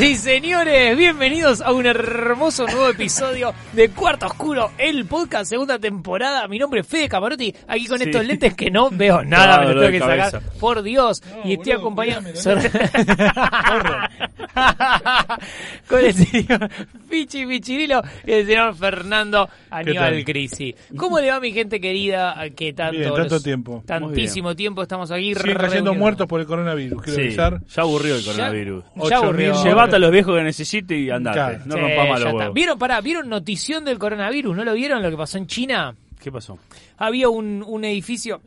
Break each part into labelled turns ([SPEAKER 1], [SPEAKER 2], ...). [SPEAKER 1] y señores, bienvenidos a un hermoso nuevo episodio de Cuarto Oscuro, el podcast segunda temporada. Mi nombre es Fede Camarotti, aquí con
[SPEAKER 2] Sí.
[SPEAKER 1] estos lentes que no veo nada,
[SPEAKER 2] Ah,
[SPEAKER 1] me los
[SPEAKER 2] dolor
[SPEAKER 1] tengo que
[SPEAKER 2] de cabeza.
[SPEAKER 1] sacar, por Dios. y estoy
[SPEAKER 3] boludo,
[SPEAKER 1] acompañado
[SPEAKER 3] cuidame,
[SPEAKER 1] con el señor Pichi Pichirilo y el señor Fernando Aníbal
[SPEAKER 2] tal?
[SPEAKER 1] Crisi. ¿Cómo le va mi gente querida que tanto,
[SPEAKER 3] Bien, tanto
[SPEAKER 1] nos-
[SPEAKER 3] tiempo.
[SPEAKER 1] tantísimo tiempo estamos aquí
[SPEAKER 3] Siguen cayendo
[SPEAKER 1] reunidos?
[SPEAKER 3] muertos por el coronavirus, quiero
[SPEAKER 2] Sí,
[SPEAKER 3] avisar.
[SPEAKER 2] ya aburrió el
[SPEAKER 1] Ya-
[SPEAKER 2] coronavirus.
[SPEAKER 1] Ya
[SPEAKER 3] Ocho
[SPEAKER 1] aburrido.
[SPEAKER 3] mil-
[SPEAKER 2] Llevate a los viejos que necesite y andate.
[SPEAKER 3] Claro.
[SPEAKER 2] No
[SPEAKER 1] Sí,
[SPEAKER 2] rompa
[SPEAKER 1] ya
[SPEAKER 2] malos
[SPEAKER 1] está.
[SPEAKER 2] huevos.
[SPEAKER 1] ¿Vieron, pará, vieron notición del coronavirus? ¿No lo vieron lo que pasó en China?
[SPEAKER 2] ¿Qué pasó?
[SPEAKER 1] Había un, un edificio,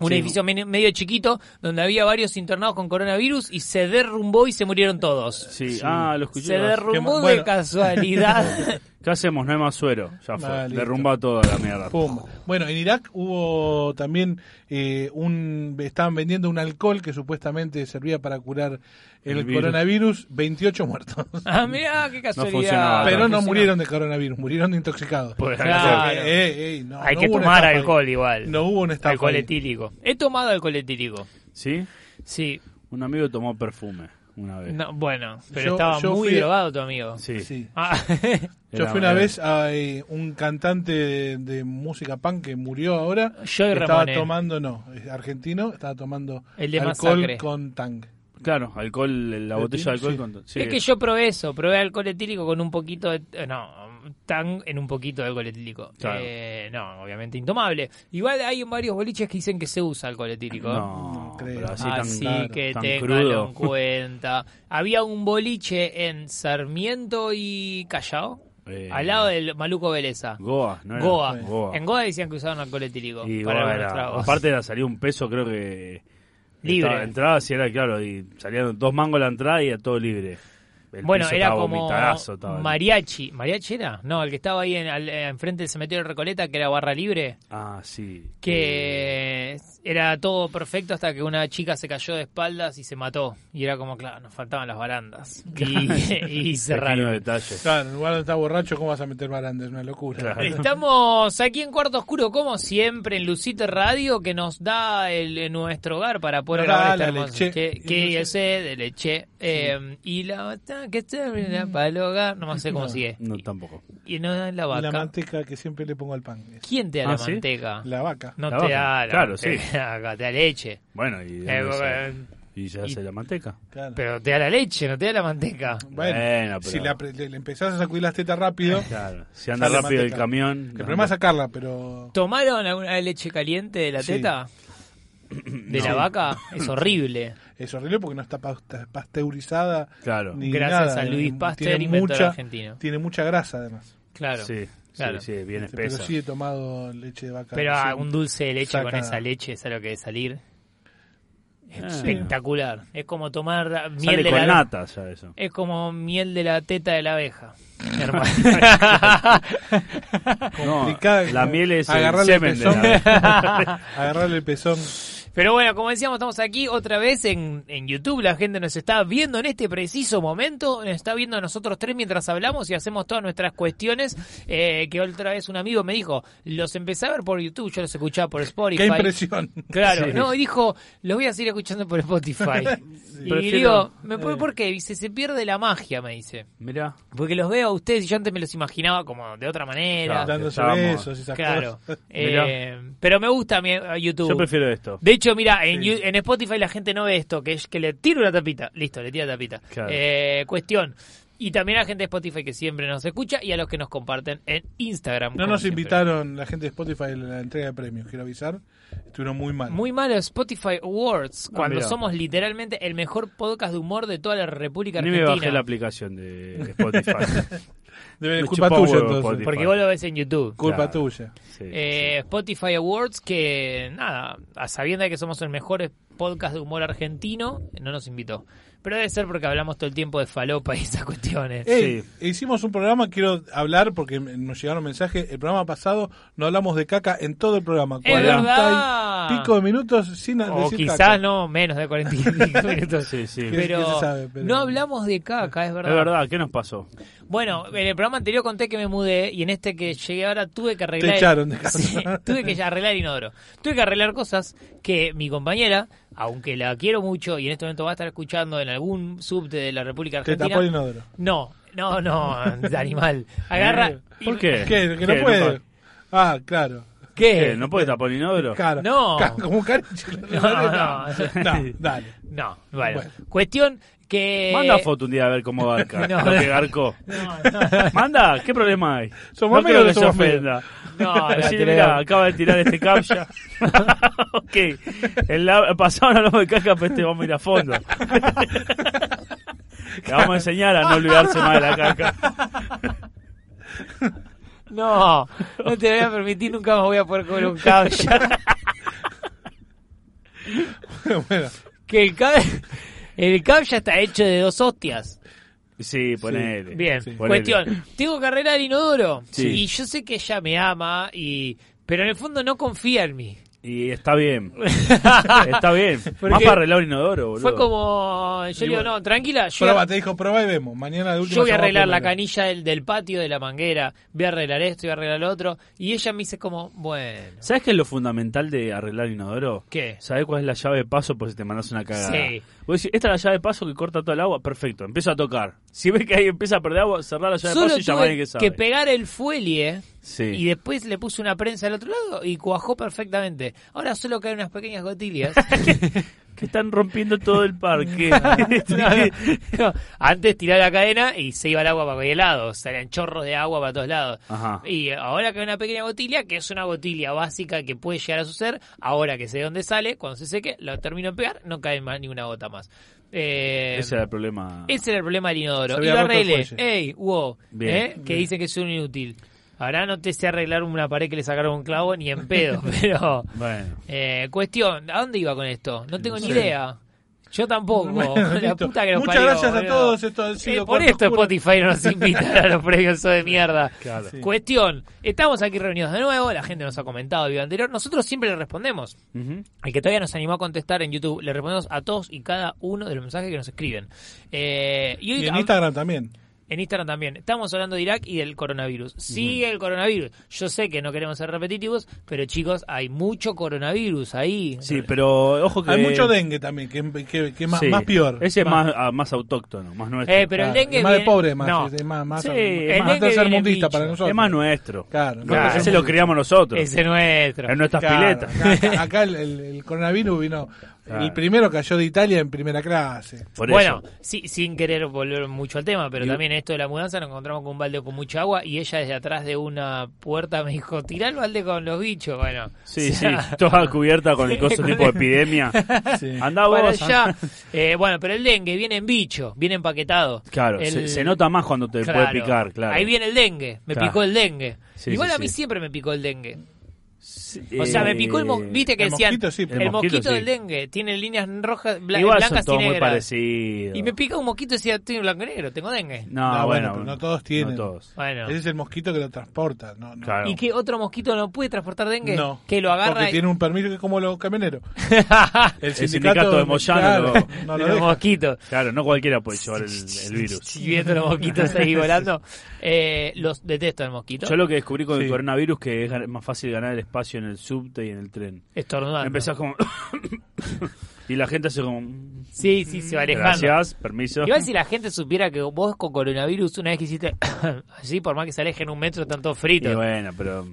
[SPEAKER 1] un edificio men- medio chiquito, donde había varios internados con coronavirus y se derrumbó y se murieron todos.
[SPEAKER 2] Sí, ah, lo escuché.
[SPEAKER 1] Se
[SPEAKER 3] Qué
[SPEAKER 1] derrumbó
[SPEAKER 3] ma- bueno.
[SPEAKER 1] de casualidad.
[SPEAKER 2] ¿Qué hacemos? No hay más suero. Ya fue.
[SPEAKER 3] Ah, listo.
[SPEAKER 2] Derrumba toda la mierda.
[SPEAKER 3] Pum. Bueno, en Irak hubo también eh, un... Estaban vendiendo un alcohol que supuestamente servía para curar el,
[SPEAKER 2] El virus.
[SPEAKER 3] coronavirus, 28 muertos.
[SPEAKER 1] ah, mirá, qué casualidad.
[SPEAKER 2] funcionaba. Ah,
[SPEAKER 3] Pero no
[SPEAKER 1] funcionó.
[SPEAKER 3] murieron de coronavirus, murieron de intoxicados.
[SPEAKER 2] Pues,
[SPEAKER 1] Claro.
[SPEAKER 3] O sea que, eh, eh, no,
[SPEAKER 1] Hay
[SPEAKER 3] no
[SPEAKER 1] que
[SPEAKER 3] hubo una
[SPEAKER 1] tomar
[SPEAKER 3] estafa ahí.
[SPEAKER 1] alcohol igual.
[SPEAKER 3] No hubo una estafa
[SPEAKER 1] alcohol
[SPEAKER 3] ahí.
[SPEAKER 1] etílico. He tomado alcohol etílico.
[SPEAKER 2] ¿Sí?
[SPEAKER 1] Sí.
[SPEAKER 2] Un amigo tomó perfume una vez.
[SPEAKER 1] No, bueno, pero
[SPEAKER 3] Eh. Yo-
[SPEAKER 1] estaba
[SPEAKER 3] yo
[SPEAKER 1] muy
[SPEAKER 3] fui-
[SPEAKER 1] drogado tu amigo.
[SPEAKER 2] Sí.
[SPEAKER 3] Sí.
[SPEAKER 1] Ah,
[SPEAKER 3] Yo
[SPEAKER 2] Era-
[SPEAKER 3] fui una
[SPEAKER 2] era-
[SPEAKER 3] vez a eh, un cantante de, de música punk que murió ahora.
[SPEAKER 1] Yo y
[SPEAKER 3] estaba
[SPEAKER 1] Ramones.
[SPEAKER 3] tomando, no, es argentino, estaba tomando
[SPEAKER 1] El de
[SPEAKER 3] alcohol
[SPEAKER 1] Masacre.
[SPEAKER 3] con tang.
[SPEAKER 2] Claro, alcohol, la
[SPEAKER 3] ¿De
[SPEAKER 2] botella de
[SPEAKER 3] ti?
[SPEAKER 2] alcohol.
[SPEAKER 3] Sí.
[SPEAKER 2] con- sí.
[SPEAKER 1] Es que yo probé eso, probé alcohol etílico con un poquito de... eh, No, tan en un poquito de alcohol etílico.
[SPEAKER 2] Claro.
[SPEAKER 1] Eh, no, obviamente intomable. Igual hay varios boliches que dicen que se usa alcohol etílico.
[SPEAKER 2] No,
[SPEAKER 3] No creo.
[SPEAKER 2] pero así, tan,
[SPEAKER 1] Así
[SPEAKER 3] claro,
[SPEAKER 1] que
[SPEAKER 2] tan
[SPEAKER 1] ténganlo en
[SPEAKER 2] crudo.
[SPEAKER 1] cuenta. Había un boliche en Sarmiento y Callao,
[SPEAKER 2] Eh,
[SPEAKER 1] al lado del Maluco Véleza.
[SPEAKER 2] Goa, ¿no era?
[SPEAKER 1] Goa.
[SPEAKER 2] Goa.
[SPEAKER 1] En Goa decían que usaban alcohol etílico
[SPEAKER 2] Y
[SPEAKER 1] para
[SPEAKER 2] Goa
[SPEAKER 1] los
[SPEAKER 2] era-
[SPEAKER 1] tragos.
[SPEAKER 2] aparte era salir un peso, creo que.
[SPEAKER 1] Libre.
[SPEAKER 2] Estaba- entrabas y era claro, y salían dos mangos la entrada y a todo libre. El
[SPEAKER 1] bueno,
[SPEAKER 2] piso
[SPEAKER 1] era
[SPEAKER 2] estaba
[SPEAKER 1] como
[SPEAKER 2] vomitadazo, estaba-
[SPEAKER 1] mariachi. ¿Mariachi era? No, el que estaba ahí en, al- eh, enfrente del cementerio de Recoleta, que era barra libre,
[SPEAKER 2] Ah, sí. Eh,
[SPEAKER 1] que era todo perfecto hasta que una chica se cayó de espaldas y se mató. Y era como, claro, nos faltaban las barandas. Y, y
[SPEAKER 2] Pequeños
[SPEAKER 1] cerraron.
[SPEAKER 2] detalles.
[SPEAKER 3] Claro, en lugar donde está borracho, ¿cómo vas a meter baranda? Es una locura.
[SPEAKER 2] Claro.
[SPEAKER 1] Estamos aquí en Cuarto Oscuro, como siempre, en Lucite Radio, que nos da el, en nuestro hogar para poder
[SPEAKER 3] Nos da
[SPEAKER 1] grabar
[SPEAKER 3] la
[SPEAKER 1] esta hermosa-
[SPEAKER 3] leche.
[SPEAKER 1] Que, que yo sé de leche. Eh, y la vaca que termina para el hogar. No más sé cómo sigue.
[SPEAKER 2] No, tampoco.
[SPEAKER 1] Y no da la
[SPEAKER 3] Y la
[SPEAKER 1] vaca.
[SPEAKER 3] manteca que siempre le pongo al pan. es
[SPEAKER 1] ¿Quién te da
[SPEAKER 2] Ah,
[SPEAKER 1] la
[SPEAKER 2] ¿sí?
[SPEAKER 1] manteca?
[SPEAKER 3] La vaca.
[SPEAKER 1] No
[SPEAKER 2] La
[SPEAKER 1] te
[SPEAKER 2] vaca.
[SPEAKER 1] da la
[SPEAKER 2] Claro,
[SPEAKER 1] manteca, te da leche.
[SPEAKER 2] Bueno, y,
[SPEAKER 1] Eh,
[SPEAKER 2] no sé.
[SPEAKER 1] bueno,
[SPEAKER 2] y ya
[SPEAKER 1] y-
[SPEAKER 2] hace la manteca.
[SPEAKER 3] Claro.
[SPEAKER 1] Pero te da la leche, no te da la manteca.
[SPEAKER 3] bueno,
[SPEAKER 2] Bueno, pero-
[SPEAKER 3] si la pre- le, le empezás a sacudir las tetas rápido,
[SPEAKER 2] Claro. Si anda
[SPEAKER 3] Sale
[SPEAKER 2] rápido el
[SPEAKER 3] manteca.
[SPEAKER 2] camión.
[SPEAKER 3] el problema es sacarla, pero...
[SPEAKER 1] ¿Tomaron alguna vez leche caliente de la
[SPEAKER 3] Sí.
[SPEAKER 1] teta? ¿De la vaca? Es horrible.
[SPEAKER 3] Es horrible porque no está pas- pasteurizada.
[SPEAKER 2] Claro.
[SPEAKER 3] ni
[SPEAKER 1] Gracias
[SPEAKER 3] nada. eh,
[SPEAKER 1] a Luis
[SPEAKER 3] Tiene
[SPEAKER 1] Pasteur, inventor
[SPEAKER 3] mucha,
[SPEAKER 1] argentino.
[SPEAKER 3] Tiene mucha grasa además. Este,
[SPEAKER 1] Claro.
[SPEAKER 2] Sí,
[SPEAKER 1] Claro.
[SPEAKER 2] sí, sí, bien
[SPEAKER 3] Pero
[SPEAKER 2] espesa.
[SPEAKER 3] sí he tomado leche de vaca.
[SPEAKER 1] Pero ah,
[SPEAKER 3] sí.
[SPEAKER 1] un dulce de leche con
[SPEAKER 3] Saca-
[SPEAKER 1] esa leche, es lo que es salir.
[SPEAKER 2] Ah,
[SPEAKER 1] Espectacular. Es como tomar ah, miel
[SPEAKER 2] Sale
[SPEAKER 1] de
[SPEAKER 2] con
[SPEAKER 1] la
[SPEAKER 2] nata ya eso.
[SPEAKER 1] Es como miel de la teta de la abeja. Hermano.
[SPEAKER 2] No,
[SPEAKER 3] Complicada-
[SPEAKER 2] la miel es el
[SPEAKER 3] Agarrarle el
[SPEAKER 2] semen de
[SPEAKER 3] pezón.
[SPEAKER 2] la abeja.
[SPEAKER 3] Agarrarle el pezón.
[SPEAKER 1] Pero bueno, como decíamos, estamos aquí otra vez en, en YouTube. La gente nos está viendo en este preciso momento. Nos está viendo a nosotros tres mientras hablamos y hacemos todas nuestras cuestiones. eh, que otra vez un amigo me dijo, los empecé a ver por YouTube, yo los escuchaba por Spotify.
[SPEAKER 3] Qué impresión.
[SPEAKER 1] Claro,
[SPEAKER 2] Sí.
[SPEAKER 1] no, y dijo, los voy a seguir escuchando por Spotify. Y
[SPEAKER 2] Prefiero- eh.
[SPEAKER 1] digo, ¿me puede, ¿por qué? Dice, se pierde la magia, me dice.
[SPEAKER 2] Mirá.
[SPEAKER 1] Porque los veo a ustedes y yo antes me los imaginaba como de otra manera.
[SPEAKER 2] Claro.
[SPEAKER 3] Dándose
[SPEAKER 2] Estábamos-
[SPEAKER 3] besos y esas
[SPEAKER 1] Claro.
[SPEAKER 3] cosas.
[SPEAKER 1] Eh, pero me gusta mi, a YouTube.
[SPEAKER 2] Yo prefiero esto.
[SPEAKER 1] De hecho, mira, en,
[SPEAKER 3] Sí.
[SPEAKER 1] Yu- en Spotify la gente no ve esto, que es que le tiro una tapita. Listo, le tira la tapita.
[SPEAKER 2] Claro.
[SPEAKER 1] Eh, cuestión. Y también a la gente de Spotify que siempre nos escucha y a los que nos comparten en Instagram.
[SPEAKER 3] No
[SPEAKER 1] como
[SPEAKER 3] nos
[SPEAKER 1] siempre.
[SPEAKER 3] invitaron la gente de Spotify a la entrega de premios, quiero avisar. Estuvieron muy mal.
[SPEAKER 1] Muy malo Spotify Awards,
[SPEAKER 2] Ah,
[SPEAKER 1] cuando
[SPEAKER 2] mirá.
[SPEAKER 1] somos literalmente el mejor podcast de humor de toda la República
[SPEAKER 2] Ni me bajé la
[SPEAKER 1] Argentina.
[SPEAKER 2] aplicación de Spotify.
[SPEAKER 3] Debe ser
[SPEAKER 2] Me
[SPEAKER 3] culpa
[SPEAKER 2] chupa
[SPEAKER 3] tuya
[SPEAKER 2] huevo
[SPEAKER 3] entonces.
[SPEAKER 2] Spotify.
[SPEAKER 1] Porque vos lo ves en YouTube.
[SPEAKER 3] Culpa
[SPEAKER 2] Claro.
[SPEAKER 3] tuya.
[SPEAKER 2] Sí,
[SPEAKER 1] Eh, Spotify Awards, que nada, a sabienda de que somos el mejor podcast de humor argentino, no nos invitó. Pero debe ser porque hablamos todo el tiempo de falopa y esas cuestiones.
[SPEAKER 3] Ey, Hicimos un programa, quiero hablar porque me- nos llegaron mensajes. El programa pasado no hablamos de caca en todo el programa.
[SPEAKER 1] ¡Es verdad!
[SPEAKER 3] pico de minutos sin
[SPEAKER 1] o
[SPEAKER 3] decir
[SPEAKER 1] quizás
[SPEAKER 3] caca.
[SPEAKER 1] no, menos de 45
[SPEAKER 2] sí.
[SPEAKER 1] minutos.
[SPEAKER 2] Sí, sí.
[SPEAKER 3] ¿Qué-
[SPEAKER 1] Pero,
[SPEAKER 3] qué se sabe? Pero-
[SPEAKER 1] no hablamos de caca, es
[SPEAKER 2] Es
[SPEAKER 1] verdad.
[SPEAKER 2] verdad, ¿qué nos pasó?
[SPEAKER 1] Bueno, en el programa anterior conté que me mudé y en este que llegué ahora tuve que arreglar.
[SPEAKER 3] echaron de casa.
[SPEAKER 1] Sí, tuve que arreglar inodoro. Tuve que arreglar cosas que mi compañera, aunque la quiero mucho y en este momento va a estar escuchando en algún subte de la República
[SPEAKER 3] Te
[SPEAKER 1] Argentina.
[SPEAKER 3] tapó el inodoro.
[SPEAKER 1] No, no, no, animal. Agarra.
[SPEAKER 2] ¿Por Eh, qué?
[SPEAKER 3] ¿Qué? ¿Que no puede? Ah, claro.
[SPEAKER 2] ¿Qué?
[SPEAKER 1] ¿Qué?
[SPEAKER 2] ¿No puede tapar inodoro?
[SPEAKER 3] Claro.
[SPEAKER 1] No.
[SPEAKER 3] Ca- Como cariño.
[SPEAKER 1] No, no.
[SPEAKER 3] No, dale.
[SPEAKER 1] No, bueno.
[SPEAKER 3] Bueno.
[SPEAKER 1] Cuestión que.
[SPEAKER 2] Manda foto un día a ver cómo arca,
[SPEAKER 1] eh, No,
[SPEAKER 2] lo que
[SPEAKER 1] no.
[SPEAKER 2] arcó.
[SPEAKER 1] No, no.
[SPEAKER 2] Manda, ¿qué problema hay?
[SPEAKER 3] ¿Somos
[SPEAKER 2] no creo
[SPEAKER 3] amigos o
[SPEAKER 2] que se
[SPEAKER 3] somos
[SPEAKER 2] ofenda.
[SPEAKER 1] No, no
[SPEAKER 2] Decirle,
[SPEAKER 1] creo.
[SPEAKER 2] mira, acaba de tirar este captcha. ok. El la- pasado no hablamos de caca, pero este vamos a ir a fondo. Le vamos a enseñar a no olvidarse más de la caca.
[SPEAKER 1] No, no te voy a permitir, nunca más voy a poder comer un cabello.
[SPEAKER 3] bueno,
[SPEAKER 1] Que el cab- el cabello está hecho de dos hostias.
[SPEAKER 2] Sí, ponele.
[SPEAKER 1] Bien,
[SPEAKER 2] Sí. Ponele.
[SPEAKER 1] cuestión. Tengo carrera de inodoro.
[SPEAKER 2] Sí.
[SPEAKER 1] Y yo sé que ella me ama, y pero en el fondo no confía en mí.
[SPEAKER 2] Y está bien. Está bien. Más
[SPEAKER 1] Porque
[SPEAKER 2] para arreglar un inodoro, boludo.
[SPEAKER 1] Fue como. Yo
[SPEAKER 3] Y
[SPEAKER 1] digo,
[SPEAKER 3] bueno.
[SPEAKER 1] no, tranquila. Yo,
[SPEAKER 3] prueba, te dijo, prueba y vemos. Mañana de última
[SPEAKER 1] yo voy a
[SPEAKER 3] llamada
[SPEAKER 1] arreglar la
[SPEAKER 3] prueba.
[SPEAKER 1] canilla del, del patio de la manguera. Voy a arreglar esto, voy a arreglar lo otro. Y ella me dice, como, bueno.
[SPEAKER 2] ¿Sabes qué es lo fundamental de arreglar inodoro?
[SPEAKER 1] ¿Qué?
[SPEAKER 2] ¿Sabes cuál es la llave de paso por si te mandas una cagada?
[SPEAKER 1] Sí.
[SPEAKER 2] Vos decís, esta es la llave de paso que corta todo el agua, perfecto, empieza a tocar. Si ves que ahí empieza a perder agua, cerrar la llave de
[SPEAKER 1] Solo
[SPEAKER 2] paso y llamar a
[SPEAKER 1] tuve
[SPEAKER 2] alguien que sabe.
[SPEAKER 1] que pegar el fuelie.
[SPEAKER 2] Sí.
[SPEAKER 1] Y después le puse una prensa al otro lado y cuajó perfectamente. Ahora solo caen unas pequeñas gotillas.
[SPEAKER 2] Que están rompiendo todo el parque.
[SPEAKER 1] No, no, no. Antes tiraba la cadena y se iba el agua para cualquier lado. Salían chorros de agua para todos lados.
[SPEAKER 2] Ajá.
[SPEAKER 1] Y ahora cae una pequeña gotilla, que es una gotilla básica que puede llegar a suceder. Ahora que sé dónde sale, cuando se seque, lo termino de pegar, no cae más ni una gota más. Eh,
[SPEAKER 2] Ese era el problema.
[SPEAKER 1] ese era el problema del
[SPEAKER 3] Se
[SPEAKER 1] inodoro. Y
[SPEAKER 3] había
[SPEAKER 1] lo
[SPEAKER 3] roto el
[SPEAKER 1] arreglé.
[SPEAKER 3] fuelle.
[SPEAKER 1] Ey, wow.
[SPEAKER 2] Bien.
[SPEAKER 1] ¿eh? Que dicen que es un inútil. Ahora no te sé arreglar una pared que le sacaron un clavo ni en pedo, pero...
[SPEAKER 2] Bueno.
[SPEAKER 1] eh, cuestión, ¿a dónde iba con esto? No tengo ni
[SPEAKER 2] Sí.
[SPEAKER 1] idea. Yo tampoco.
[SPEAKER 3] Bueno,
[SPEAKER 1] la
[SPEAKER 3] listo.
[SPEAKER 1] puta que los
[SPEAKER 3] Muchas
[SPEAKER 1] parió,
[SPEAKER 3] gracias a
[SPEAKER 1] boludo.
[SPEAKER 3] todos, esto ha
[SPEAKER 1] Eh,
[SPEAKER 3] sido
[SPEAKER 1] por
[SPEAKER 3] Cuarto
[SPEAKER 1] esto
[SPEAKER 3] Oscuro.
[SPEAKER 1] Spotify no nos invita a los premios de mierda.
[SPEAKER 2] Claro.
[SPEAKER 3] Sí.
[SPEAKER 1] Cuestión, estamos aquí reunidos de nuevo, la gente nos ha comentado el video anterior, nosotros siempre le respondemos.
[SPEAKER 2] Ujú.
[SPEAKER 1] El que todavía nos animó a contestar en YouTube, le respondemos a todos y cada uno de los mensajes que nos escriben. Eh, y hoy
[SPEAKER 3] Y en
[SPEAKER 1] hab-
[SPEAKER 3] Instagram también.
[SPEAKER 1] en Instagram también. Estamos hablando de Irak y del coronavirus. Sigue el coronavirus. Yo sé que no queremos ser repetitivos, pero chicos, hay mucho coronavirus ahí.
[SPEAKER 2] Sí, pero ojo que.
[SPEAKER 3] Hay mucho dengue también, que, que, que es más,
[SPEAKER 2] Sí.
[SPEAKER 3] más peor.
[SPEAKER 2] Ese es más, ah, más autóctono, más nuestro.
[SPEAKER 1] Eh, pero el
[SPEAKER 3] Claro,
[SPEAKER 1] dengue
[SPEAKER 3] es más de
[SPEAKER 1] viene-
[SPEAKER 3] pobre, más,
[SPEAKER 1] No.
[SPEAKER 3] es- es más, más,
[SPEAKER 2] Sí,
[SPEAKER 3] más
[SPEAKER 2] el
[SPEAKER 1] dengue viene
[SPEAKER 3] tercermundista
[SPEAKER 1] bicho.
[SPEAKER 3] para nosotros.
[SPEAKER 2] es más nuestro.
[SPEAKER 3] Claro,
[SPEAKER 2] No,
[SPEAKER 1] Claro.
[SPEAKER 2] Ese lo criamos nosotros.
[SPEAKER 1] Ese nuestro.
[SPEAKER 2] En nuestras
[SPEAKER 3] Claro,
[SPEAKER 2] piletas.
[SPEAKER 3] Acá, acá el, el- el coronavirus vino.
[SPEAKER 2] Claro.
[SPEAKER 3] El primero cayó de Italia en primera clase.
[SPEAKER 2] Por
[SPEAKER 1] bueno,
[SPEAKER 2] eso.
[SPEAKER 1] sí, sin querer volver mucho al tema, pero
[SPEAKER 2] Y-
[SPEAKER 1] también esto de la mudanza, nos encontramos con un balde con mucha agua y ella desde atrás de una puerta me dijo, tirá el balde con los bichos. Bueno,
[SPEAKER 2] Sí,
[SPEAKER 1] o sea,
[SPEAKER 2] sí, toda cubierta con el coso
[SPEAKER 1] con
[SPEAKER 2] tipo de
[SPEAKER 1] el-
[SPEAKER 2] epidemia.
[SPEAKER 3] Sí.
[SPEAKER 2] Andá vos.
[SPEAKER 1] para
[SPEAKER 2] andá.
[SPEAKER 1] allá. Eh, bueno, pero el dengue viene en bicho, viene empaquetado.
[SPEAKER 2] Claro,
[SPEAKER 1] El-
[SPEAKER 2] se, se nota más cuando te
[SPEAKER 1] Claro.
[SPEAKER 2] puede picar, claro.
[SPEAKER 1] Ahí viene el dengue, me
[SPEAKER 2] Claro.
[SPEAKER 1] picó el dengue.
[SPEAKER 2] Sí,
[SPEAKER 1] Igual
[SPEAKER 2] sí,
[SPEAKER 1] a mí
[SPEAKER 2] sí.
[SPEAKER 1] siempre me picó el dengue.
[SPEAKER 2] Sí,
[SPEAKER 1] O sea, me
[SPEAKER 2] eh,
[SPEAKER 1] picó el mosquito. Viste que
[SPEAKER 3] el
[SPEAKER 1] decían.
[SPEAKER 3] mosquito sí,
[SPEAKER 1] el,
[SPEAKER 2] el mosquito
[SPEAKER 1] mosquito
[SPEAKER 2] sí.
[SPEAKER 1] del dengue tiene líneas rojas, bla-
[SPEAKER 2] Igual son
[SPEAKER 1] blancas y
[SPEAKER 2] todos muy
[SPEAKER 1] negras.
[SPEAKER 2] parecidos.
[SPEAKER 1] y me pica un mosquito y decía, estoy blanco y negro, tengo dengue.
[SPEAKER 2] No,
[SPEAKER 3] No, bueno,
[SPEAKER 2] bueno,
[SPEAKER 3] pero no todos tienen.
[SPEAKER 2] todos.
[SPEAKER 1] Bueno.
[SPEAKER 3] Ese es el mosquito que lo transporta. No, no.
[SPEAKER 2] Claro.
[SPEAKER 1] ¿Y qué otro mosquito no puede transportar dengue?
[SPEAKER 3] No,
[SPEAKER 1] Que lo agarra.
[SPEAKER 3] Porque
[SPEAKER 1] y-
[SPEAKER 3] tiene un permiso que es como los camioneros. El
[SPEAKER 2] sindicato de Moyano
[SPEAKER 3] claro,
[SPEAKER 2] lo-
[SPEAKER 3] no lo
[SPEAKER 1] los
[SPEAKER 3] deja.
[SPEAKER 1] mosquitos.
[SPEAKER 2] Claro, no cualquiera puede llevar el, el virus.
[SPEAKER 1] Si viendo los mosquitos ahí volando, eh, los detesto el mosquito.
[SPEAKER 2] Yo lo que descubrí con el
[SPEAKER 3] Sí.
[SPEAKER 2] coronavirus que es gan- más fácil ganar el espacio en el subte y en el tren.
[SPEAKER 1] Estornudando.
[SPEAKER 2] Empezás como... y la gente hace como... mm,
[SPEAKER 1] Sí, sí, se va alejando.
[SPEAKER 2] Gracias, permiso.
[SPEAKER 1] Igual si la gente supiera que vos con coronavirus una vez que hiciste así, por más que se alejen un metro, están todos fritos.
[SPEAKER 2] Y bueno, pero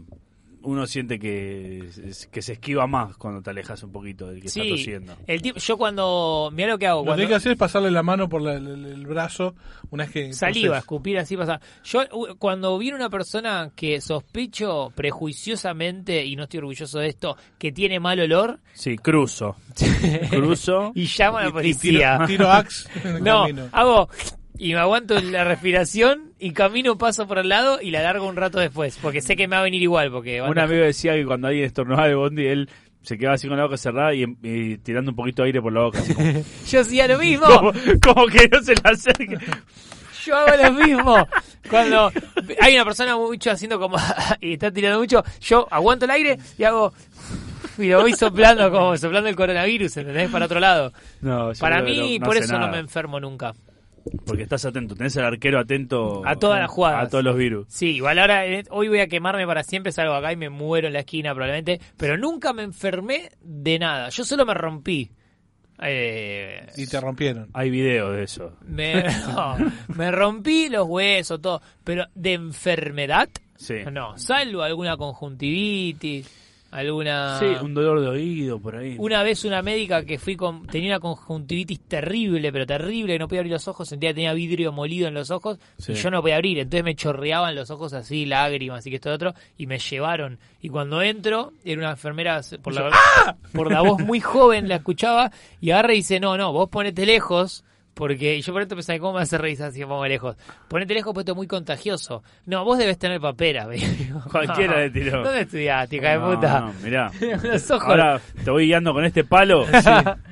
[SPEAKER 2] uno siente que, es- que se esquiva más cuando te alejas un poquito del que
[SPEAKER 1] sí,
[SPEAKER 2] está tosiendo.
[SPEAKER 1] el tipo, yo cuando, mira lo que hago,
[SPEAKER 3] Lo que
[SPEAKER 1] cuando
[SPEAKER 3] hay que hacer es pasarle la mano por la- el, el brazo una vez que...
[SPEAKER 1] saliva,
[SPEAKER 3] entonces-
[SPEAKER 1] escupir así pasa. Yo u- cuando viene una persona que sospecho prejuiciosamente y no estoy orgulloso de esto, que tiene mal olor
[SPEAKER 2] Sí, cruzo. Cruzo.
[SPEAKER 1] y llama a la
[SPEAKER 3] y
[SPEAKER 1] policía.
[SPEAKER 3] tiro, tiro axe en el
[SPEAKER 1] no,
[SPEAKER 3] camino.
[SPEAKER 1] hago y me aguanto la respiración y camino paso por al lado y la largo un rato después, porque sé que me va a venir igual, porque van
[SPEAKER 2] Un
[SPEAKER 1] a-
[SPEAKER 2] amigo decía que cuando alguien estornudaba de bondi, él se quedaba así con la boca cerrada y, y tirando un poquito de aire por la boca. así como,
[SPEAKER 1] yo hacía lo mismo.
[SPEAKER 2] como, como que no se le acerque.
[SPEAKER 1] Yo hago lo mismo. Cuando hay una persona mucho haciendo como y está tirando mucho, yo aguanto el aire y hago y lo voy soplando como soplando el coronavirus, ¿entendés? Para otro lado.
[SPEAKER 2] No, yo
[SPEAKER 1] Para
[SPEAKER 2] creo que
[SPEAKER 1] mí,
[SPEAKER 2] no- no
[SPEAKER 1] por
[SPEAKER 2] hace
[SPEAKER 1] eso no
[SPEAKER 2] nada.
[SPEAKER 1] me enfermo nunca.
[SPEAKER 2] Porque estás atento, tenés al arquero atento
[SPEAKER 1] A todas las jugadas.
[SPEAKER 2] A todos los virus.
[SPEAKER 1] Sí, igual ahora, eh, hoy voy a quemarme para siempre, salgo acá y me muero en la esquina probablemente, pero nunca me enfermé de nada, yo solo me rompí. Eh,
[SPEAKER 3] Y te rompieron.
[SPEAKER 2] Hay video de eso.
[SPEAKER 1] me, no, me rompí los huesos, todo, pero de enfermedad,
[SPEAKER 2] Sí.
[SPEAKER 1] no, salvo alguna conjuntivitis, alguna...
[SPEAKER 2] Sí, un dolor de oído por ahí.
[SPEAKER 1] Una vez una médica que fui con tenía una conjuntivitis terrible, pero terrible, que no podía abrir los ojos, sentía que tenía vidrio molido en los ojos
[SPEAKER 2] Sí.
[SPEAKER 1] y yo no podía abrir, entonces me chorreaban los ojos así, lágrimas y que esto y otro y me llevaron y cuando entro era una enfermera por la
[SPEAKER 2] ¡Ah!
[SPEAKER 1] por la voz muy joven la escuchaba y agarra y dice, "No, no, vos ponete lejos." Porque y yo por esto pensaba, ¿cómo me hace revisar si me pongo lejos? Ponete lejos porque esto es muy contagioso. No, vos debes tener papera. me dijo.
[SPEAKER 2] Cualquiera le tiró.
[SPEAKER 1] ¿Dónde estudiaste, hija de
[SPEAKER 2] No,
[SPEAKER 1] puta?
[SPEAKER 2] no, mirá.
[SPEAKER 1] Los ojos.
[SPEAKER 2] Ahora te voy guiando con este palo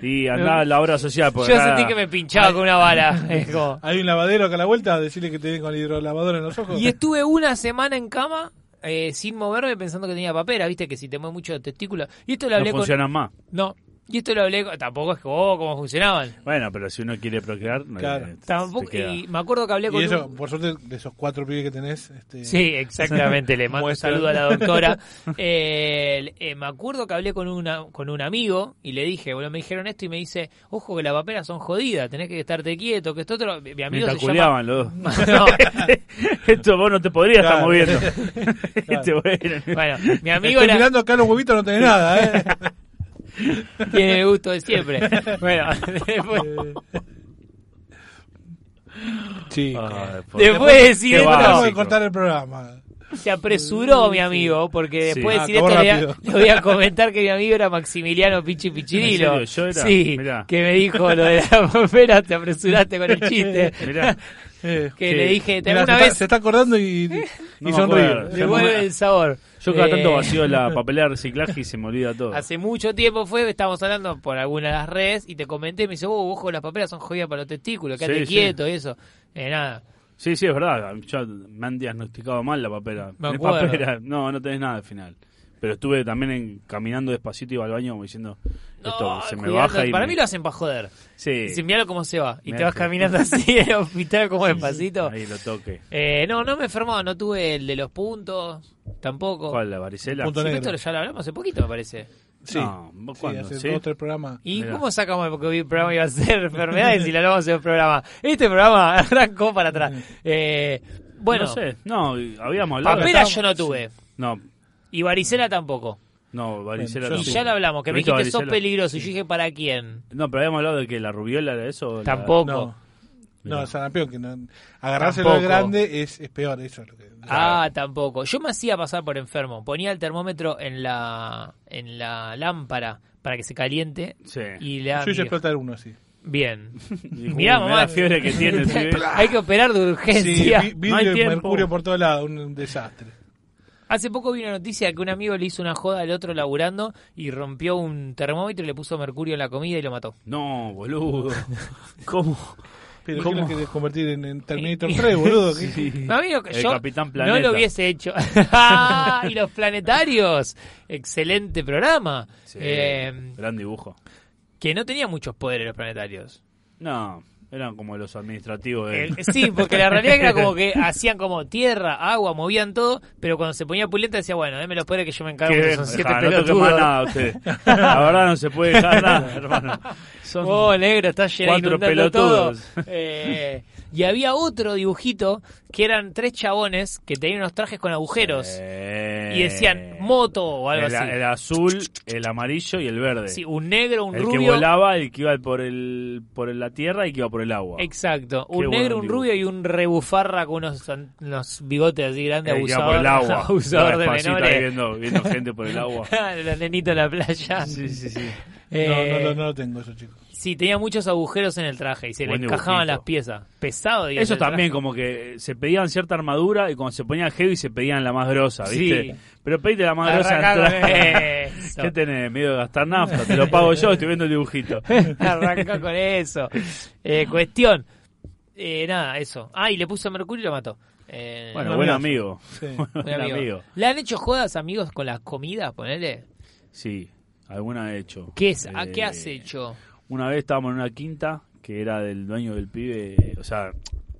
[SPEAKER 2] y andá a la obra social. porque
[SPEAKER 1] Yo
[SPEAKER 2] acá-
[SPEAKER 1] sentí que me pinchaba con una bala. es como-
[SPEAKER 3] Hay un lavadero acá a la vuelta, decirle que te den con el hidrolavador en los ojos.
[SPEAKER 1] Y estuve una semana en cama eh, sin moverme pensando que tenía papera, viste que si te mueve mucho los testículos. Y esto lo hablé
[SPEAKER 2] No
[SPEAKER 1] con.
[SPEAKER 2] funcionan más.
[SPEAKER 1] No. Y esto lo hablé con. Tampoco es que oh, cómo funcionaban.
[SPEAKER 2] Bueno, pero si uno quiere procrear, no-
[SPEAKER 3] Claro.
[SPEAKER 2] eh,
[SPEAKER 1] Tampoco.
[SPEAKER 2] te queda.
[SPEAKER 1] Y me acuerdo que hablé con.
[SPEAKER 3] Y eso,
[SPEAKER 1] un-
[SPEAKER 3] por suerte, de esos cuatro pibes que tenés. Este,
[SPEAKER 1] Sí, exactamente. Le mando un
[SPEAKER 3] Muestra.
[SPEAKER 1] saludo a la doctora. Eh, el- eh, me acuerdo que hablé con, una, con un amigo y le dije, bueno, me dijeron esto y me dice, ojo que las paperas son jodidas, tenés que estarte quieto, que esto otro. Mi mi amigo
[SPEAKER 2] Mientras
[SPEAKER 1] se llama.
[SPEAKER 2] culeaban los dos.
[SPEAKER 1] No.
[SPEAKER 2] Esto vos no te podrías estar
[SPEAKER 3] Claro.
[SPEAKER 2] moviendo. Este, bueno.
[SPEAKER 1] Bueno, mi amigo
[SPEAKER 3] Estoy
[SPEAKER 1] era.
[SPEAKER 3] mirando acá los huevitos, no tenés nada, ¿eh?
[SPEAKER 1] Tiene el gusto de siempre. Bueno,
[SPEAKER 2] Ah,
[SPEAKER 1] después,
[SPEAKER 3] Sí.
[SPEAKER 2] Ay, por-
[SPEAKER 1] después de decir
[SPEAKER 2] Qué
[SPEAKER 1] esto,
[SPEAKER 3] Tenemos que
[SPEAKER 2] Ah, básico.
[SPEAKER 3] cortar el programa.
[SPEAKER 1] se apresuró mi amigo, porque
[SPEAKER 2] Sí.
[SPEAKER 1] después de
[SPEAKER 3] Ah,
[SPEAKER 1] decir esto
[SPEAKER 3] acabó
[SPEAKER 1] le voy, a,
[SPEAKER 3] rápido.
[SPEAKER 1] le voy a comentar que mi amigo era Maximiliano Pichi Pichirilo.
[SPEAKER 2] ¿En serio? ¿Yo era?
[SPEAKER 1] Sí,
[SPEAKER 2] Mirá.
[SPEAKER 1] que me dijo lo de la bombera, te apresuraste con el chiste.
[SPEAKER 2] Mirá,
[SPEAKER 3] Eh,
[SPEAKER 1] Que
[SPEAKER 2] Sí.
[SPEAKER 1] le dije,
[SPEAKER 3] mirá,
[SPEAKER 1] alguna
[SPEAKER 3] se,
[SPEAKER 1] vez Eh.
[SPEAKER 3] está, se está acordando y, y
[SPEAKER 2] No me
[SPEAKER 3] sonríe.
[SPEAKER 2] acuerdo.
[SPEAKER 1] le vuelve el sabor.
[SPEAKER 2] yo cada tanto
[SPEAKER 1] Eh,
[SPEAKER 2] vacío la papelera de reciclaje y se me olvida todo.
[SPEAKER 1] Hace mucho tiempo fue, estábamos hablando por alguna de las redes y te comenté, me dice, oh, ojo, las paperas son jodidas para los testículos, quédate
[SPEAKER 2] Sí, sí.
[SPEAKER 1] quieto y eso. Eh, nada.
[SPEAKER 2] Sí, sí, es verdad. Yo me han diagnosticado mal la papera.
[SPEAKER 1] Me
[SPEAKER 2] Tenés
[SPEAKER 1] acuerdo.
[SPEAKER 2] papera. No, no tenés nada al final. Pero estuve también en- caminando despacito, iba al baño como diciendo, esto
[SPEAKER 1] No,
[SPEAKER 2] se me
[SPEAKER 1] cuidado,
[SPEAKER 2] baja y
[SPEAKER 1] Para
[SPEAKER 2] me-
[SPEAKER 1] mí lo hacen para joder.
[SPEAKER 2] Sí.
[SPEAKER 1] Dicen, miralo cómo se va. Y
[SPEAKER 2] Mirá
[SPEAKER 1] te vas
[SPEAKER 2] que-
[SPEAKER 1] caminando así en el hospital como despacito.
[SPEAKER 2] Ahí lo toque.
[SPEAKER 1] Eh, no, no me enfermó, no tuve el de los puntos, tampoco.
[SPEAKER 2] ¿Cuál, la varicela?
[SPEAKER 3] Punto
[SPEAKER 1] Sí,
[SPEAKER 3] negro.
[SPEAKER 1] esto ya lo hablamos hace poquito, me parece.
[SPEAKER 3] Sí.
[SPEAKER 2] No, ¿vos
[SPEAKER 3] Sí,
[SPEAKER 2] cuándo?
[SPEAKER 3] hace
[SPEAKER 2] ¿Sí?
[SPEAKER 3] dos tres programas.
[SPEAKER 1] ¿Y
[SPEAKER 2] Mirá.
[SPEAKER 1] cómo sacamos? Porque hoy el programa iba a ser enfermedades y lo hablamos en el programa. Este programa arrancó para atrás. Eh, bueno,
[SPEAKER 2] Mm. No sé. No, habíamos hablado.
[SPEAKER 1] papera yo no tuve.
[SPEAKER 2] No,
[SPEAKER 1] Y varicela tampoco.
[SPEAKER 2] no, varicela
[SPEAKER 3] Bueno,
[SPEAKER 2] no
[SPEAKER 1] Y
[SPEAKER 3] sí.
[SPEAKER 1] ya lo hablamos, que me
[SPEAKER 2] ¿Tuviste
[SPEAKER 1] dijiste sos
[SPEAKER 2] varicela?
[SPEAKER 1] peligroso. Y yo dije, ¿para quién?
[SPEAKER 2] No, pero habíamos hablado de que la rubiola era eso. o la-
[SPEAKER 1] Tampoco.
[SPEAKER 3] No. No,
[SPEAKER 2] Mirá.
[SPEAKER 3] sarampión, que no, agarrárselo
[SPEAKER 1] Tampoco.
[SPEAKER 3] al grande es, es peor, eso es lo que...
[SPEAKER 1] Ah, tampoco. Yo me hacía pasar por enfermo. Ponía el termómetro en la, en la lámpara para que se caliente.
[SPEAKER 2] Sí.
[SPEAKER 1] Y la
[SPEAKER 3] Yo hice explotar uno así.
[SPEAKER 1] Bien.
[SPEAKER 2] Dijo,
[SPEAKER 1] Mirá,
[SPEAKER 2] "Uy, "Uh, me
[SPEAKER 1] mamá.
[SPEAKER 2] da fiebre que tiene. sí".
[SPEAKER 1] Hay que operar de
[SPEAKER 3] Sí,
[SPEAKER 1] urgencia.
[SPEAKER 3] vi-
[SPEAKER 2] no hay
[SPEAKER 3] vidrio y
[SPEAKER 2] tiempo.
[SPEAKER 3] mercurio por todos lados, un, un desastre.
[SPEAKER 1] Hace poco vi una noticia que un amigo le hizo una joda al otro laburando y rompió un termómetro y le puso mercurio en la comida y lo mató.
[SPEAKER 2] No, boludo. ¿Cómo?
[SPEAKER 3] Pero ¿qué
[SPEAKER 2] ¿Cómo?
[SPEAKER 3] lo querés convertir en, en Terminator 3, boludo? ¿Qué-
[SPEAKER 1] No, amigo, que
[SPEAKER 2] El
[SPEAKER 1] yo
[SPEAKER 2] Capitán
[SPEAKER 1] no
[SPEAKER 2] Planeta.
[SPEAKER 1] lo hubiese hecho. ¡Ah! y los planetarios. Excelente programa.
[SPEAKER 2] Sí,
[SPEAKER 1] Eh,
[SPEAKER 2] gran dibujo.
[SPEAKER 1] que no tenía muchos poderes los planetarios.
[SPEAKER 2] No, eran como los administrativos. De...
[SPEAKER 1] El- sí, porque la realidad era como que hacían como tierra, agua, movían todo, pero cuando se ponía pulenta decía, bueno, déme los poderes que yo me encargo,
[SPEAKER 2] Que-
[SPEAKER 1] que son siete
[SPEAKER 2] Ah, no toque
[SPEAKER 1] pelotudos.
[SPEAKER 2] más nada ustedes. La verdad no se puede dejar nada, hermano. Son
[SPEAKER 1] Oh, negro, está lleno
[SPEAKER 2] cuatro
[SPEAKER 1] inundando todo.
[SPEAKER 2] pelotudos.
[SPEAKER 1] Eh, y había otro dibujito que eran tres chabones que tenían unos trajes con agujeros
[SPEAKER 2] Eh,
[SPEAKER 1] y decían moto o algo
[SPEAKER 2] el,
[SPEAKER 1] así.
[SPEAKER 2] el azul, el amarillo y el verde.
[SPEAKER 1] Sí, un negro, un
[SPEAKER 2] el que
[SPEAKER 1] rubio.
[SPEAKER 2] volaba, el que iba por el por el- la tierra y el que iba por el agua.
[SPEAKER 1] Exacto,
[SPEAKER 2] Qué
[SPEAKER 1] un
[SPEAKER 2] buen
[SPEAKER 1] negro, un
[SPEAKER 2] dibujo.
[SPEAKER 1] rubio y un rebufarra con unos, unos bigotes así grandes,
[SPEAKER 2] El que iba por el
[SPEAKER 1] abusador,
[SPEAKER 2] agua.
[SPEAKER 1] abusador de
[SPEAKER 2] Iba despacito ahí
[SPEAKER 1] menores.
[SPEAKER 2] viendo, viendo gente por el agua.
[SPEAKER 1] Los nenitos de la playa.
[SPEAKER 2] Sí, sí, sí.
[SPEAKER 1] Eh,
[SPEAKER 3] No, no, no, no lo tengo eso, chicos.
[SPEAKER 1] Sí, tenía muchos agujeros en el traje y se
[SPEAKER 2] Buen
[SPEAKER 1] le encajaban
[SPEAKER 2] dibujito.
[SPEAKER 1] las piezas. Pesado, digamos.
[SPEAKER 2] Eso también, como que se pedían cierta armadura y cuando se ponían heavy se pedían la más grosa, ¿viste?
[SPEAKER 1] Sí. eh.
[SPEAKER 2] Pero pediste la más grosa.
[SPEAKER 1] Arrancá con
[SPEAKER 2] entrá.
[SPEAKER 1] eso.
[SPEAKER 2] ¿Qué tenés? Miedo de gastar nafta. Te lo pago yo, estoy viendo el dibujito.
[SPEAKER 1] Arranca con eso. Eh, cuestión. Eh, nada, eso. Ah, y le puso mercurio y lo mató. Eh,
[SPEAKER 2] Bueno,
[SPEAKER 3] Un
[SPEAKER 2] buen
[SPEAKER 3] amigo.
[SPEAKER 2] amigo.
[SPEAKER 3] Sí.
[SPEAKER 1] un
[SPEAKER 2] Buen amigo.
[SPEAKER 1] ¿Le han hecho jodas, amigos, con las comidas? Ponele.
[SPEAKER 2] Sí, alguna he hecho.
[SPEAKER 1] ¿Qué, es, ¿A
[SPEAKER 2] Eh,
[SPEAKER 1] qué has hecho?
[SPEAKER 2] Una vez estábamos en una quinta que era del dueño del pibe, o sea,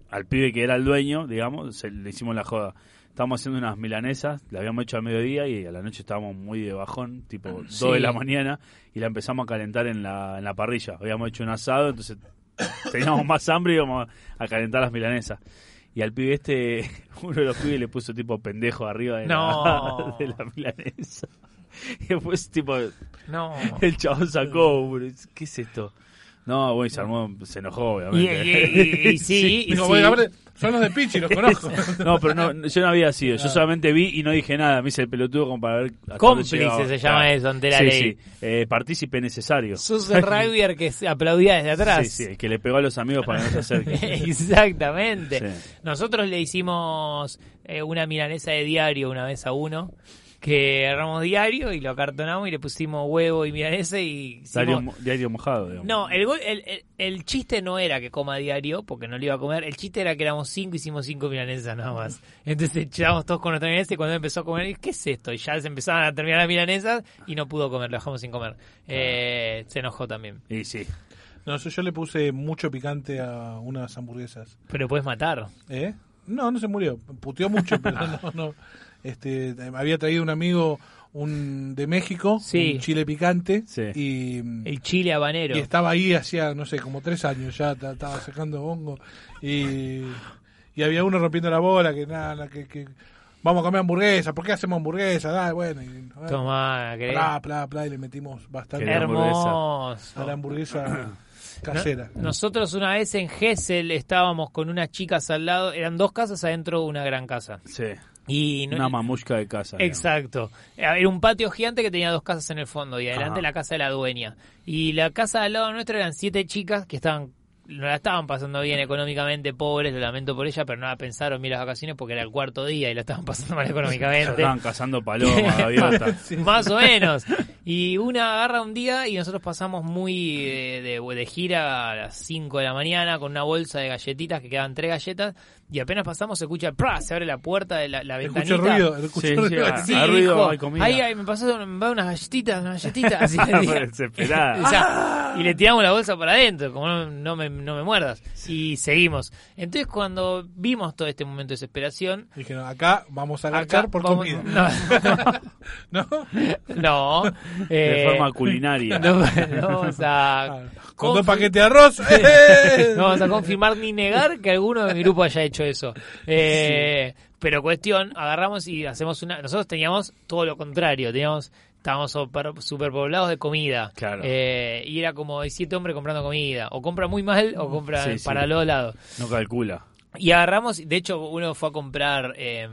[SPEAKER 2] al pibe que era el dueño, digamos, se- le hicimos la joda. Estábamos haciendo unas milanesas, la habíamos hecho al mediodía y a la noche estábamos muy de bajón, tipo 2
[SPEAKER 1] Ah, Sí.
[SPEAKER 2] de la mañana, y la empezamos a calentar en la, en la parrilla. Habíamos hecho un asado, entonces teníamos más hambre y íbamos a calentar las milanesas. Y al pibe este, uno de los pibes le puso tipo pendejo arriba de,
[SPEAKER 1] No.
[SPEAKER 2] la, de la milanesa. Y después tipo,
[SPEAKER 1] No.
[SPEAKER 2] el chabón sacó, bro, ¿qué es esto? No, bueno, y se armó, se enojó,
[SPEAKER 1] Y,
[SPEAKER 2] obviamente.
[SPEAKER 1] y- y- y sí, y
[SPEAKER 3] Digo,
[SPEAKER 1] sí.
[SPEAKER 3] "Bueno, a ver, son los de Pichi, los conozco.
[SPEAKER 2] No, pero no, yo no había sido, yo solamente vi y no dije nada, me hice el pelotudo como para ver... hasta dónde
[SPEAKER 1] Cómplice
[SPEAKER 2] llegaba.
[SPEAKER 1] se llama eso ante la
[SPEAKER 2] sí,
[SPEAKER 1] ley.
[SPEAKER 2] Sí, Eh, partícipe necesario.
[SPEAKER 1] Sos el rugbyer que se aplaudía desde atrás.
[SPEAKER 2] Sí, sí, el que le pegó a los amigos para que no se acerquen.
[SPEAKER 1] Exactamente.
[SPEAKER 2] Sí.
[SPEAKER 1] Nosotros le hicimos eh, una milanesa de diario una vez a uno, que agarramos diario y lo acartonamos y le pusimos huevo y milanesa y... hicimos-
[SPEAKER 2] Diario, mo- diario mojado, digamos.
[SPEAKER 1] No, el, gol- el, el- el chiste no era que coma diario, porque no lo iba a comer. El chiste era que éramos cinco, hicimos cinco milanesas nada más. Entonces echábamos todos con nuestra milanesa y cuando empezó a comer, ¿qué es esto? Y ya se empezaban a terminar las milanesas y no pudo comer, lo dejamos sin comer. Eh, se enojó también.
[SPEAKER 2] Y sí.
[SPEAKER 3] No, yo, yo le puse mucho picante a unas hamburguesas.
[SPEAKER 1] Pero puedes matar.
[SPEAKER 3] ¿Eh? No, no se murió. Puteó mucho, pero no, no. Este, había traído un amigo un de México,
[SPEAKER 1] Sí.
[SPEAKER 3] un chile picante,
[SPEAKER 2] Sí.
[SPEAKER 3] y,
[SPEAKER 1] El chile habanero.
[SPEAKER 3] y estaba ahí hacía, no sé, como tres años ya, ta- estaba sacando hongo. Y, y había uno rompiendo la bola, que nada, la que, que, vamos a comer hamburguesa, ¿por qué hacemos hamburguesa? Ah, bueno, y, a ver,
[SPEAKER 1] Tomá, querés.
[SPEAKER 3] Bla, bla, bla, y le metimos bastante
[SPEAKER 2] Querés hamburguesa.
[SPEAKER 3] a
[SPEAKER 1] Hermoso.
[SPEAKER 3] la hamburguesa casera.
[SPEAKER 1] Nosotros una vez en Gessel estábamos con unas chicas al lado, eran dos casas adentro de una gran casa.
[SPEAKER 2] Sí,
[SPEAKER 1] Y no,
[SPEAKER 2] una mamushka de casa. digamos.
[SPEAKER 1] Exacto. Era un patio gigante que tenía dos casas en el fondo y adelante
[SPEAKER 2] Ajá.
[SPEAKER 1] la casa de la dueña. Y la casa de al lado nuestro eran siete chicas que estaban no la estaban pasando bien económicamente, pobres, lo lamento por ella, pero no la pensaron bien las vacaciones porque era el cuarto día y la estaban pasando mal
[SPEAKER 2] Ya
[SPEAKER 1] económicamente.
[SPEAKER 2] estaban cazando palomas, gaviota.
[SPEAKER 1] Más o menos. Y una agarra un día y nosotros pasamos muy de, de- de gira a las 5 de la mañana con una bolsa de galletitas que quedaban tres galletas y apenas pasamos se escucha, ¡pra! se abre la puerta de la, la ventanita.
[SPEAKER 3] Escucho ruido, escucho
[SPEAKER 2] Sí, sí,
[SPEAKER 3] ruido.
[SPEAKER 2] ah.
[SPEAKER 1] Sí,
[SPEAKER 2] Hay ruido,
[SPEAKER 1] dijo,
[SPEAKER 2] hay comida.
[SPEAKER 1] "Ay, ay, me pasó, me va unas galletitas, unas galletitas. Así le dije.
[SPEAKER 2] Desesperada.
[SPEAKER 1] O
[SPEAKER 2] Ah.
[SPEAKER 1] sea, y le tiramos la bolsa para adentro, como no, no me, no me muerdas. Y seguimos. Entonces, cuando vimos todo este momento de desesperación,
[SPEAKER 3] Dijeron, acá vamos a
[SPEAKER 1] acá
[SPEAKER 3] agachar por
[SPEAKER 1] vamos-
[SPEAKER 3] comida. ¿No?
[SPEAKER 1] No, no
[SPEAKER 2] de
[SPEAKER 1] eh,
[SPEAKER 2] forma culinaria.
[SPEAKER 1] no, no vamos a.
[SPEAKER 3] Con dos
[SPEAKER 1] confi-
[SPEAKER 3] paquetes de arroz. ¡eh!
[SPEAKER 1] no vamos a confirmar ni negar que alguno de mi grupo haya hecho eso. Eh, Pero cuestión, agarramos y hacemos una... Nosotros teníamos todo lo contrario, teníamos... Estábamos super- superpoblados de comida.
[SPEAKER 2] Claro.
[SPEAKER 1] Eh, y era como hay siete hombres comprando comida. O compra muy mal o compra
[SPEAKER 2] Sí, sí.
[SPEAKER 1] para los lados.
[SPEAKER 2] No calcula.
[SPEAKER 1] Y agarramos, de hecho, uno fue a comprar eh,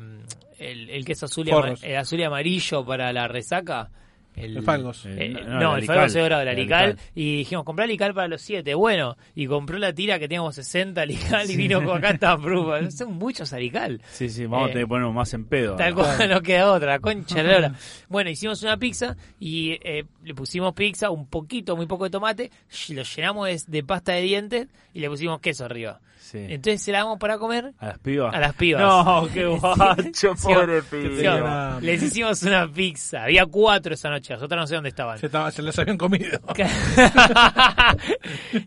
[SPEAKER 1] el, el que es azul y,
[SPEAKER 3] Forros.
[SPEAKER 1] ama- el azul y amarillo para la resaca. El,
[SPEAKER 3] El Falgos.
[SPEAKER 1] eh,
[SPEAKER 2] El-
[SPEAKER 1] no,
[SPEAKER 2] no,
[SPEAKER 1] el
[SPEAKER 2] el
[SPEAKER 1] Falgos
[SPEAKER 2] Alical.
[SPEAKER 1] se grabó, el
[SPEAKER 2] El
[SPEAKER 1] Alical,
[SPEAKER 2] Alical.
[SPEAKER 1] Y dijimos, comprá Alical para los siete. Bueno, y compró la tira que teníamos 60 Alical y vino con acá estaban pruebas. Son muchos Alical.
[SPEAKER 2] Sí, sí, vamos
[SPEAKER 1] Eh,
[SPEAKER 2] a tener que ponernos más en pedo.
[SPEAKER 1] Tal
[SPEAKER 2] ahora.
[SPEAKER 1] cual, no queda otra, concha de la hora. Bueno, hicimos una pizza y eh, le pusimos pizza, un poquito, muy poco de tomate, sh- lo llenamos de, de pasta de dientes y le pusimos queso arriba.
[SPEAKER 2] Sí.
[SPEAKER 1] Entonces se la damos para comer
[SPEAKER 2] ¿A las pibas?
[SPEAKER 1] a las pibas.
[SPEAKER 2] No, qué guacho,
[SPEAKER 1] Sí,
[SPEAKER 2] pobre
[SPEAKER 1] sí,
[SPEAKER 2] pibe.
[SPEAKER 1] les hicimos una pizza. Había cuatro esa noche, las otras no sé dónde estaban.
[SPEAKER 3] Se, estaba- se las habían comido.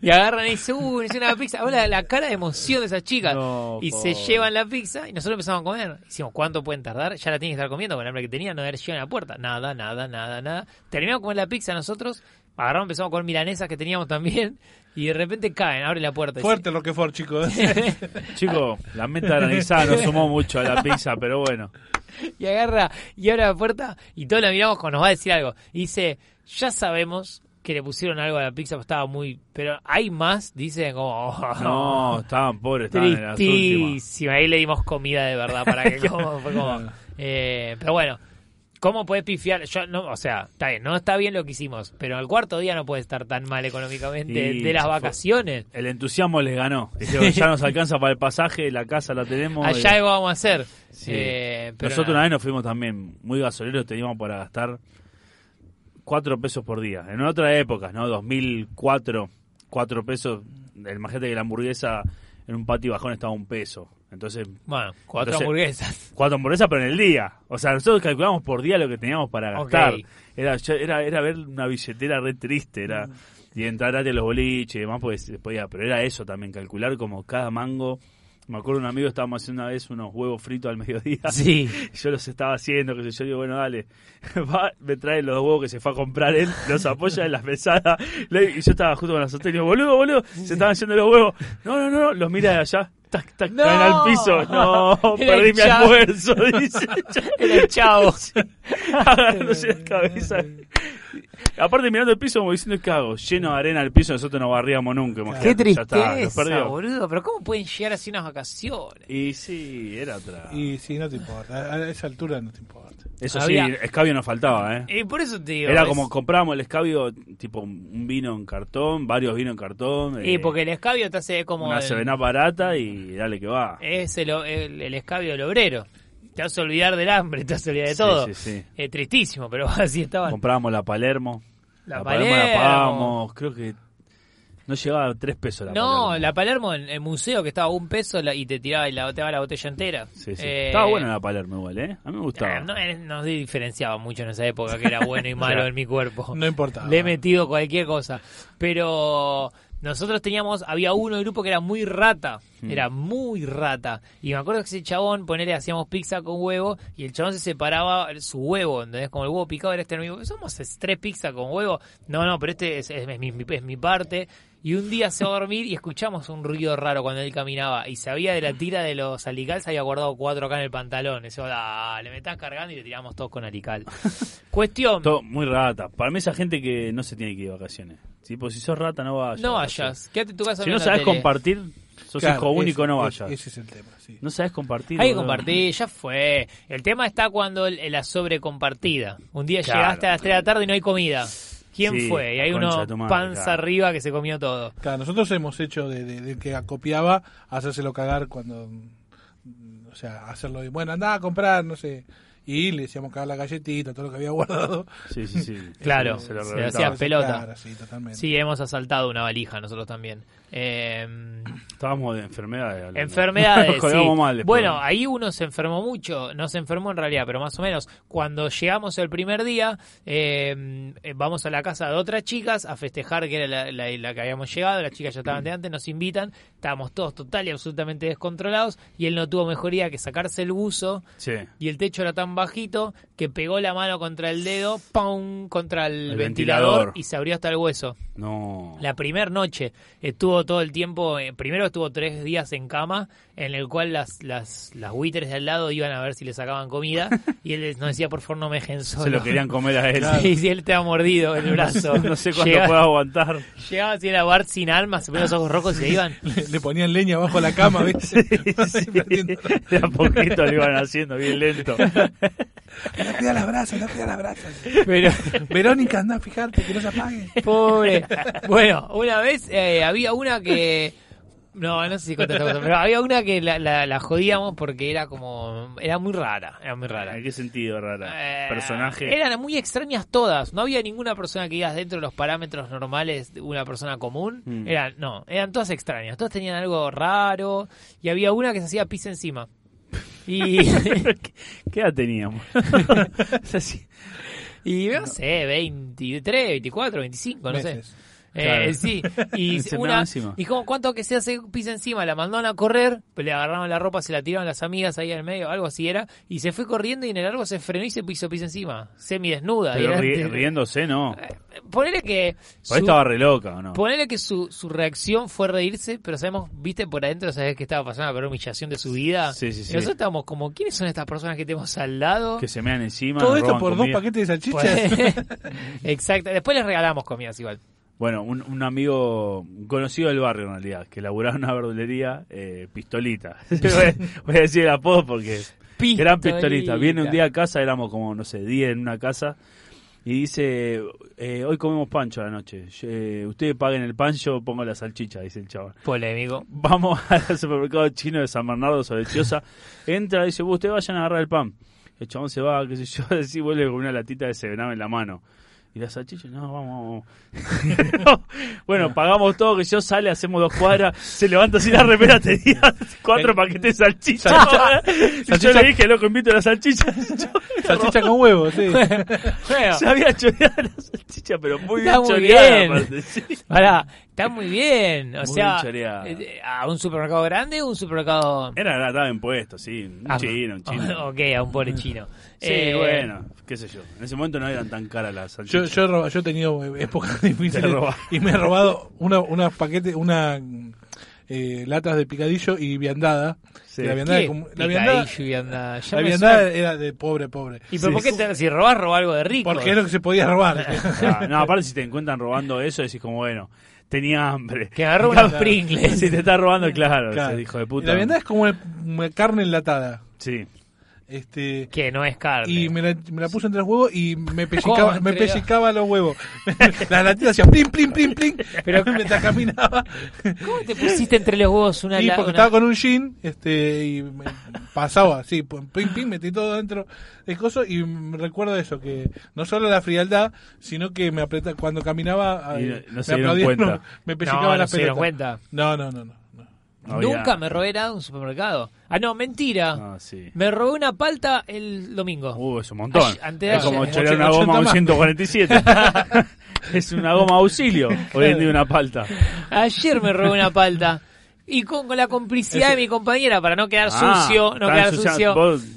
[SPEAKER 1] y agarran y dicen, uh, hice una pizza. Ahora la cara de emoción de esas chicas.
[SPEAKER 2] No,
[SPEAKER 1] y se
[SPEAKER 2] pobre.
[SPEAKER 1] llevan la pizza y nosotros empezamos a comer. Hicimos, ¿cuánto pueden tardar? Ya la tienen que estar comiendo con el hambre que tenían, no haber llegado a la puerta. Nada, nada, nada, nada. Terminamos de comer la pizza nosotros, agarramos, empezamos a comer milanesas que teníamos también. Y de repente caen, abre la puerta. y dice,
[SPEAKER 3] Fuerte Roquefort, chicos.
[SPEAKER 2] Chico, la menta granizada no sumó mucho a la pizza, pero bueno.
[SPEAKER 1] y agarra y abre la puerta y todos la miramos cuando nos va a decir algo. Y dice, ya sabemos que le pusieron algo a la pizza, estaba muy... Pero hay más, dice como... "Oh,
[SPEAKER 2] No, estaban pobres, estaban en las últimas.
[SPEAKER 1] Tristísimo. Ahí le dimos comida de verdad para que coma, fue como, eh, pero bueno, ¿cómo puedes pifiar? Yo no, o sea, está bien, no está bien lo que hicimos, pero al cuarto día no puede estar tan mal económicamente
[SPEAKER 2] Sí,
[SPEAKER 1] de las
[SPEAKER 2] fue-
[SPEAKER 1] vacaciones.
[SPEAKER 2] El entusiasmo les ganó. Dijeron, ya nos alcanza para el pasaje, la casa la tenemos.
[SPEAKER 1] Allá
[SPEAKER 2] y-
[SPEAKER 1] algo vamos a hacer.
[SPEAKER 2] Sí.
[SPEAKER 1] Eh, pero
[SPEAKER 2] Nosotros
[SPEAKER 1] nada.
[SPEAKER 2] una vez nos fuimos también muy gasoleros, teníamos para gastar 4 pesos por día. En otra época, ¿no? 2004, 4 pesos. El majete que la hamburguesa en un patio bajón estaba a un peso. Entonces,
[SPEAKER 1] Bueno, cuatro
[SPEAKER 2] Entonces-
[SPEAKER 1] hamburguesas.
[SPEAKER 2] cuatro hamburguesas, pero en el día. O sea, nosotros calculamos por día lo que teníamos para
[SPEAKER 1] Ok. Mm.
[SPEAKER 2] gastar. Era, yo- era, era ver una billetera re triste. Era, Y entrar gratis a los boliches y demás, pues se podía. Pero era eso también, calcular como cada mango. Me acuerdo un amigo, estábamos haciendo una vez unos huevos fritos al mediodía.
[SPEAKER 1] Sí.
[SPEAKER 2] Yo los estaba haciendo, que yo digo, bueno, dale, va, me trae los huevos que se fue a comprar él, los apoya en las pesadas y yo estaba justo con la sostén, y digo, boludo, boludo, se estaban haciendo los huevos. No, no, no, los mira de allá, tac, tac,
[SPEAKER 1] No.
[SPEAKER 2] caen al piso. No,
[SPEAKER 1] Era
[SPEAKER 2] perdí mi
[SPEAKER 1] hinchado.
[SPEAKER 2] almuerzo, dice.
[SPEAKER 1] Era el chavo.
[SPEAKER 2] Agarrándose la cabeza. Aparte mirando el piso como diciendo, ¿qué hago? Lleno de arena al piso, nosotros no barríamos nunca. imagínate,
[SPEAKER 1] Qué
[SPEAKER 2] ya está, los
[SPEAKER 1] tristeza,
[SPEAKER 2] perdió.
[SPEAKER 1] boludo. Pero ¿cómo pueden llegar así unas vacaciones?
[SPEAKER 2] Y sí, era otra.
[SPEAKER 3] Y sí, no te importa. A- A esa altura no te importa.
[SPEAKER 2] Eso sí,
[SPEAKER 1] Había-
[SPEAKER 2] escabio nos faltaba, ¿eh?
[SPEAKER 1] Y por eso te digo.
[SPEAKER 2] Era
[SPEAKER 1] es-
[SPEAKER 2] como comprábamos el escabio, tipo un vino en cartón, varios vinos en cartón.
[SPEAKER 1] Y
[SPEAKER 2] eh,
[SPEAKER 1] porque el escabio te hace como.
[SPEAKER 2] Una
[SPEAKER 1] el- Eh,
[SPEAKER 2] sevena barata y dale que va.
[SPEAKER 1] Es el, o- el- el escabio del obrero. Te vas a olvidar del hambre, te vas a olvidar de
[SPEAKER 2] Sí,
[SPEAKER 1] todo.
[SPEAKER 2] sí, sí.
[SPEAKER 1] Eh, tristísimo, pero así estaban.
[SPEAKER 2] Comprábamos la Palermo.
[SPEAKER 1] La
[SPEAKER 2] la
[SPEAKER 1] Palermo.
[SPEAKER 2] pagábamos, creo que no llegaba a tres pesos la
[SPEAKER 1] no,
[SPEAKER 2] Palermo.
[SPEAKER 1] la Palermo en el museo que estaba a un peso la- y te tiraba y la, te daba la botella entera.
[SPEAKER 2] Sí, sí.
[SPEAKER 1] Eh,
[SPEAKER 2] Estaba buena la Palermo igual, ¿eh? A mí me gustaba.
[SPEAKER 1] Ah, No, eh, no diferenciaba mucho en esa época que era bueno y malo en mi cuerpo.
[SPEAKER 3] No importaba.
[SPEAKER 1] Le he metido cualquier cosa. Pero nosotros teníamos, había uno del grupo que era muy rata. Era muy rata. Y me acuerdo que ese chabón, ponele, hacíamos pizza con huevo y el chabón se separaba su huevo, ¿entendés? Como el huevo picado era este amigo. Somos tres pizzas con huevo. No, no, pero este es, es mi, mi- es mi parte. Y un día se va a dormir y escuchamos un ruido raro cuando él caminaba. Y sabía de la tira de los alical, se había guardado cuatro acá en el pantalón. Eso, dale, me estás cargando y le tiramos todos con alical. Cuestión.
[SPEAKER 2] Todo muy rata. Para mí esa gente que no se tiene que ir de vacaciones. ¿sí? Porque si sos rata no vayas.
[SPEAKER 1] No vayas, quédate en tu casa.
[SPEAKER 2] Si no
[SPEAKER 1] viendo
[SPEAKER 2] sabes
[SPEAKER 1] tele.
[SPEAKER 2] compartir, sos
[SPEAKER 3] Claro,
[SPEAKER 2] hijo único,
[SPEAKER 3] ese-
[SPEAKER 2] no
[SPEAKER 3] ese-
[SPEAKER 2] vayas.
[SPEAKER 3] Ese es el tema, sí.
[SPEAKER 2] No sabes compartir.
[SPEAKER 1] Hay que
[SPEAKER 2] boludo.
[SPEAKER 1] compartir, ya fue. El tema está cuando el- la sobrecompartida. Un día
[SPEAKER 2] Claro.
[SPEAKER 1] llegaste a las 3 de la tarde y no hay comida. ¿Quién
[SPEAKER 2] Sí,
[SPEAKER 1] fue? Y hay
[SPEAKER 2] concha
[SPEAKER 1] uno
[SPEAKER 2] de tu madre,
[SPEAKER 1] panza
[SPEAKER 2] claro.
[SPEAKER 1] arriba que se comió todo.
[SPEAKER 3] Claro, nosotros hemos hecho de, de- de que acopiaba hacérselo cagar cuando. mm, O sea, hacerlo. y, Bueno, andá a comprar, no sé. Y le decíamos cagar la galletita, todo lo que había guardado.
[SPEAKER 2] Sí, sí, sí.
[SPEAKER 1] Claro,
[SPEAKER 2] Se lo
[SPEAKER 1] se
[SPEAKER 2] reventaba.
[SPEAKER 1] hacía pelota.
[SPEAKER 3] Claro, sí, totalmente.
[SPEAKER 1] Sí, hemos asaltado una valija nosotros también. Eh,
[SPEAKER 2] Estábamos de enfermedades. hablando.
[SPEAKER 1] Enfermedades.
[SPEAKER 2] Nos colgamos
[SPEAKER 1] sí.
[SPEAKER 2] mal después.
[SPEAKER 1] bueno, ahí uno se enfermó mucho, no se enfermó en realidad, pero más o menos. Cuando llegamos el primer día, eh, eh, vamos a la casa de otras chicas a festejar que era la, la- la que habíamos llegado, las chicas ya estaban de antes, nos invitan, estábamos todos total y absolutamente descontrolados y él no tuvo mejoría que sacarse el buzo
[SPEAKER 2] Sí.
[SPEAKER 1] y el techo era tan bajito que pegó la mano contra el dedo, ¡pum! contra el,
[SPEAKER 2] El ventilador.
[SPEAKER 1] ventilador y se abrió hasta el hueso.
[SPEAKER 2] No.
[SPEAKER 1] La primera noche estuvo todo el tiempo, eh, primero estuvo tres días en cama, en el cual las, las, las buitres de al lado iban a ver si le sacaban comida, y él les- nos decía, por favor, no me dejen solo.
[SPEAKER 2] Se lo querían comer a él.
[SPEAKER 1] Sí, sí, él te ha mordido el brazo.
[SPEAKER 2] No sé cuándo
[SPEAKER 1] Llegaba-
[SPEAKER 2] pueda aguantar.
[SPEAKER 1] Llegaba así a la bar sin alma, se ponían los ojos rojos y se iban.
[SPEAKER 3] Le, le ponían leña abajo de la cama, ¿viste? Perdiendo-
[SPEAKER 2] De a poquito lo iban haciendo, bien lento.
[SPEAKER 3] No pida las brasas, no pida las brasas.
[SPEAKER 1] Pero,
[SPEAKER 3] Verónica, anda a fijarte, que no se apague.
[SPEAKER 1] Pobre. Bueno, una vez eh, había una que. No, no sé si conté esta cosa, pero había una que la, la, la jodíamos porque era como. Era muy rara, era muy rara.
[SPEAKER 2] ¿En qué sentido, rara?
[SPEAKER 1] Eh,
[SPEAKER 2] Personaje.
[SPEAKER 1] Eran muy extrañas todas. No había ninguna persona que digas dentro de los parámetros normales de una persona común.
[SPEAKER 2] Mm.
[SPEAKER 1] Eran, no, eran todas extrañas. Todas tenían algo raro. Y había una que se hacía pis encima. Y,
[SPEAKER 2] ¿Qué edad teníamos? O sea, sí.
[SPEAKER 1] y no sé, 23, 24, 25, no sé.
[SPEAKER 3] Meses.
[SPEAKER 1] Eh,
[SPEAKER 2] Claro.
[SPEAKER 1] sí, y
[SPEAKER 2] Se
[SPEAKER 1] una,
[SPEAKER 2] meaba encima.
[SPEAKER 1] y como cuánto que se hace pis encima, la mandaron a correr, le agarraron la ropa, se la tiraron las amigas ahí en el medio, algo así era, y se fue corriendo y en el árbol se frenó y se piso pis encima, semi desnuda.
[SPEAKER 2] Pero ri- riéndose, no.
[SPEAKER 1] Ponele que.
[SPEAKER 2] Por ahí
[SPEAKER 1] Eh, su-
[SPEAKER 2] estaba re loca, ¿o no?
[SPEAKER 1] Ponele que su, su reacción fue reírse, pero sabemos, viste por adentro, sabes que estaba pasando la peor humillación de su vida.
[SPEAKER 2] Sí, sí, sí.
[SPEAKER 1] Y nosotros estábamos como, ¿quiénes son estas personas que tenemos al lado?
[SPEAKER 2] Que se mean encima.
[SPEAKER 3] Todo
[SPEAKER 2] nos
[SPEAKER 3] esto
[SPEAKER 2] roban
[SPEAKER 3] por
[SPEAKER 2] comida.
[SPEAKER 3] dos paquetes de salchichas.
[SPEAKER 1] Pues- Exacto. Después les regalamos comidas igual.
[SPEAKER 2] Bueno, un, un amigo un conocido del barrio, en realidad, que laburaba en una verdulería, eh, pistolita. voy, a- voy a decir el apodo porque gran pistolita. Viene un día a casa, éramos como, no sé, 10 en una casa, y dice, eh, hoy comemos pancho a la noche. Eh, ustedes paguen el pancho, pongo la salchicha, dice el chaval.
[SPEAKER 1] Polémico.
[SPEAKER 2] Vamos al supermercado chino de San Bernardo sobre Chiosa. Entra y dice, "Vos, ustedes vayan a agarrar el pan. El chabón se va, qué sé yo, así vuelve con una latita de sevename en la mano. ¿Y las salchichas? No, vamos, vamos. No. Bueno, pagamos todo, que yo sale, hacemos dos cuadras, se levanta sin la remera, te diga
[SPEAKER 1] Eh,
[SPEAKER 2] cuatro paquetes de salchicha. Y yo
[SPEAKER 4] Salchicha-
[SPEAKER 2] le dije, loco, invito a las salchichas. Yo-
[SPEAKER 3] Salchicha con huevo, sí.
[SPEAKER 4] Bueno,
[SPEAKER 2] Se había choreado la salchicha, pero muy
[SPEAKER 1] Está
[SPEAKER 2] bien
[SPEAKER 1] muy
[SPEAKER 2] choreada.
[SPEAKER 1] bien.
[SPEAKER 2] aparte, sí.
[SPEAKER 1] Pará, está muy bien. O
[SPEAKER 2] Muy
[SPEAKER 1] sea,
[SPEAKER 2] bien choreada.
[SPEAKER 1] eh, ¿a un supermercado grande o un supermercado...?
[SPEAKER 2] Era, estaba en puesto, sí. Un
[SPEAKER 1] Ah,
[SPEAKER 2] chino, un chino.
[SPEAKER 1] ok, a un pobre chino.
[SPEAKER 2] Sí,
[SPEAKER 1] Eh,
[SPEAKER 2] bueno, qué sé yo. En ese momento no eran tan caras las
[SPEAKER 3] Yo,
[SPEAKER 2] salchichas.
[SPEAKER 3] yo, he roba- yo he tenido eh, épocas difíciles
[SPEAKER 2] roba.
[SPEAKER 3] y me he robado una, una paquete, una mm, eh, latas de picadillo y viandada.
[SPEAKER 2] Sí.
[SPEAKER 3] Que La viandada, es como-
[SPEAKER 1] ¿Qué?
[SPEAKER 3] la viandada,
[SPEAKER 1] Picadillo y anda- ya
[SPEAKER 3] la
[SPEAKER 1] me
[SPEAKER 3] viandada
[SPEAKER 1] suena-
[SPEAKER 3] era de pobre, pobre.
[SPEAKER 1] ¿Y pero por qué te- si robás, robás algo de rico?
[SPEAKER 3] Porque es lo que se podía robar.
[SPEAKER 2] Ah, no, aparte si te encuentran robando eso, decís como, bueno, tenía hambre.
[SPEAKER 1] Que agarró unos
[SPEAKER 3] Claro.
[SPEAKER 1] Pringles.
[SPEAKER 2] Si te está robando, claro,
[SPEAKER 3] Claro.
[SPEAKER 2] ese hijo de
[SPEAKER 3] Y
[SPEAKER 2] puta.
[SPEAKER 3] La viandada es como una, una carne enlatada.
[SPEAKER 2] Sí.
[SPEAKER 3] Este,
[SPEAKER 1] Que no es carne.
[SPEAKER 3] y me la, me la puse entre los huevos y me pellizcaba, me
[SPEAKER 1] Contra.
[SPEAKER 3] pellizcaba los huevos. Las latitas hacían plin, plin, plin, plin. Pero mientras caminaba.
[SPEAKER 1] ¿Cómo te pusiste entre los huevos una
[SPEAKER 3] Y
[SPEAKER 1] la-
[SPEAKER 3] porque
[SPEAKER 1] una-
[SPEAKER 3] estaba con un jean este, y me- pasaba así, pum, pim, pim, metí todo dentro de coso y me recuerdo eso, que no solo la frialdad, sino que me aprieta, cuando caminaba
[SPEAKER 2] Y
[SPEAKER 3] eh,
[SPEAKER 2] no- no se dieron
[SPEAKER 3] aplaudían,
[SPEAKER 2] cuenta.
[SPEAKER 3] me
[SPEAKER 1] No,
[SPEAKER 3] pellizcaba
[SPEAKER 1] no
[SPEAKER 3] la
[SPEAKER 1] se dieron
[SPEAKER 3] pelota.
[SPEAKER 1] cuenta.
[SPEAKER 3] No, no, no, no. no.
[SPEAKER 2] No había-
[SPEAKER 1] Nunca me robé nada en un supermercado. Ah, no, mentira.
[SPEAKER 2] Ah, sí.
[SPEAKER 1] Me robé una palta el domingo.
[SPEAKER 2] Uh, es un montón.
[SPEAKER 1] Ay, antes de
[SPEAKER 2] es como
[SPEAKER 1] ayer.
[SPEAKER 2] chorear una
[SPEAKER 3] 80
[SPEAKER 2] goma a un
[SPEAKER 3] más.
[SPEAKER 2] 147. es una goma auxilio. Hoy en día una palta.
[SPEAKER 1] Ayer me robé una palta. Y con, con la complicidad de mi compañera para no quedar sucio, no
[SPEAKER 2] están
[SPEAKER 1] quedar
[SPEAKER 2] ensuciando.
[SPEAKER 1] sucio.
[SPEAKER 2] Ah, Vos, eh,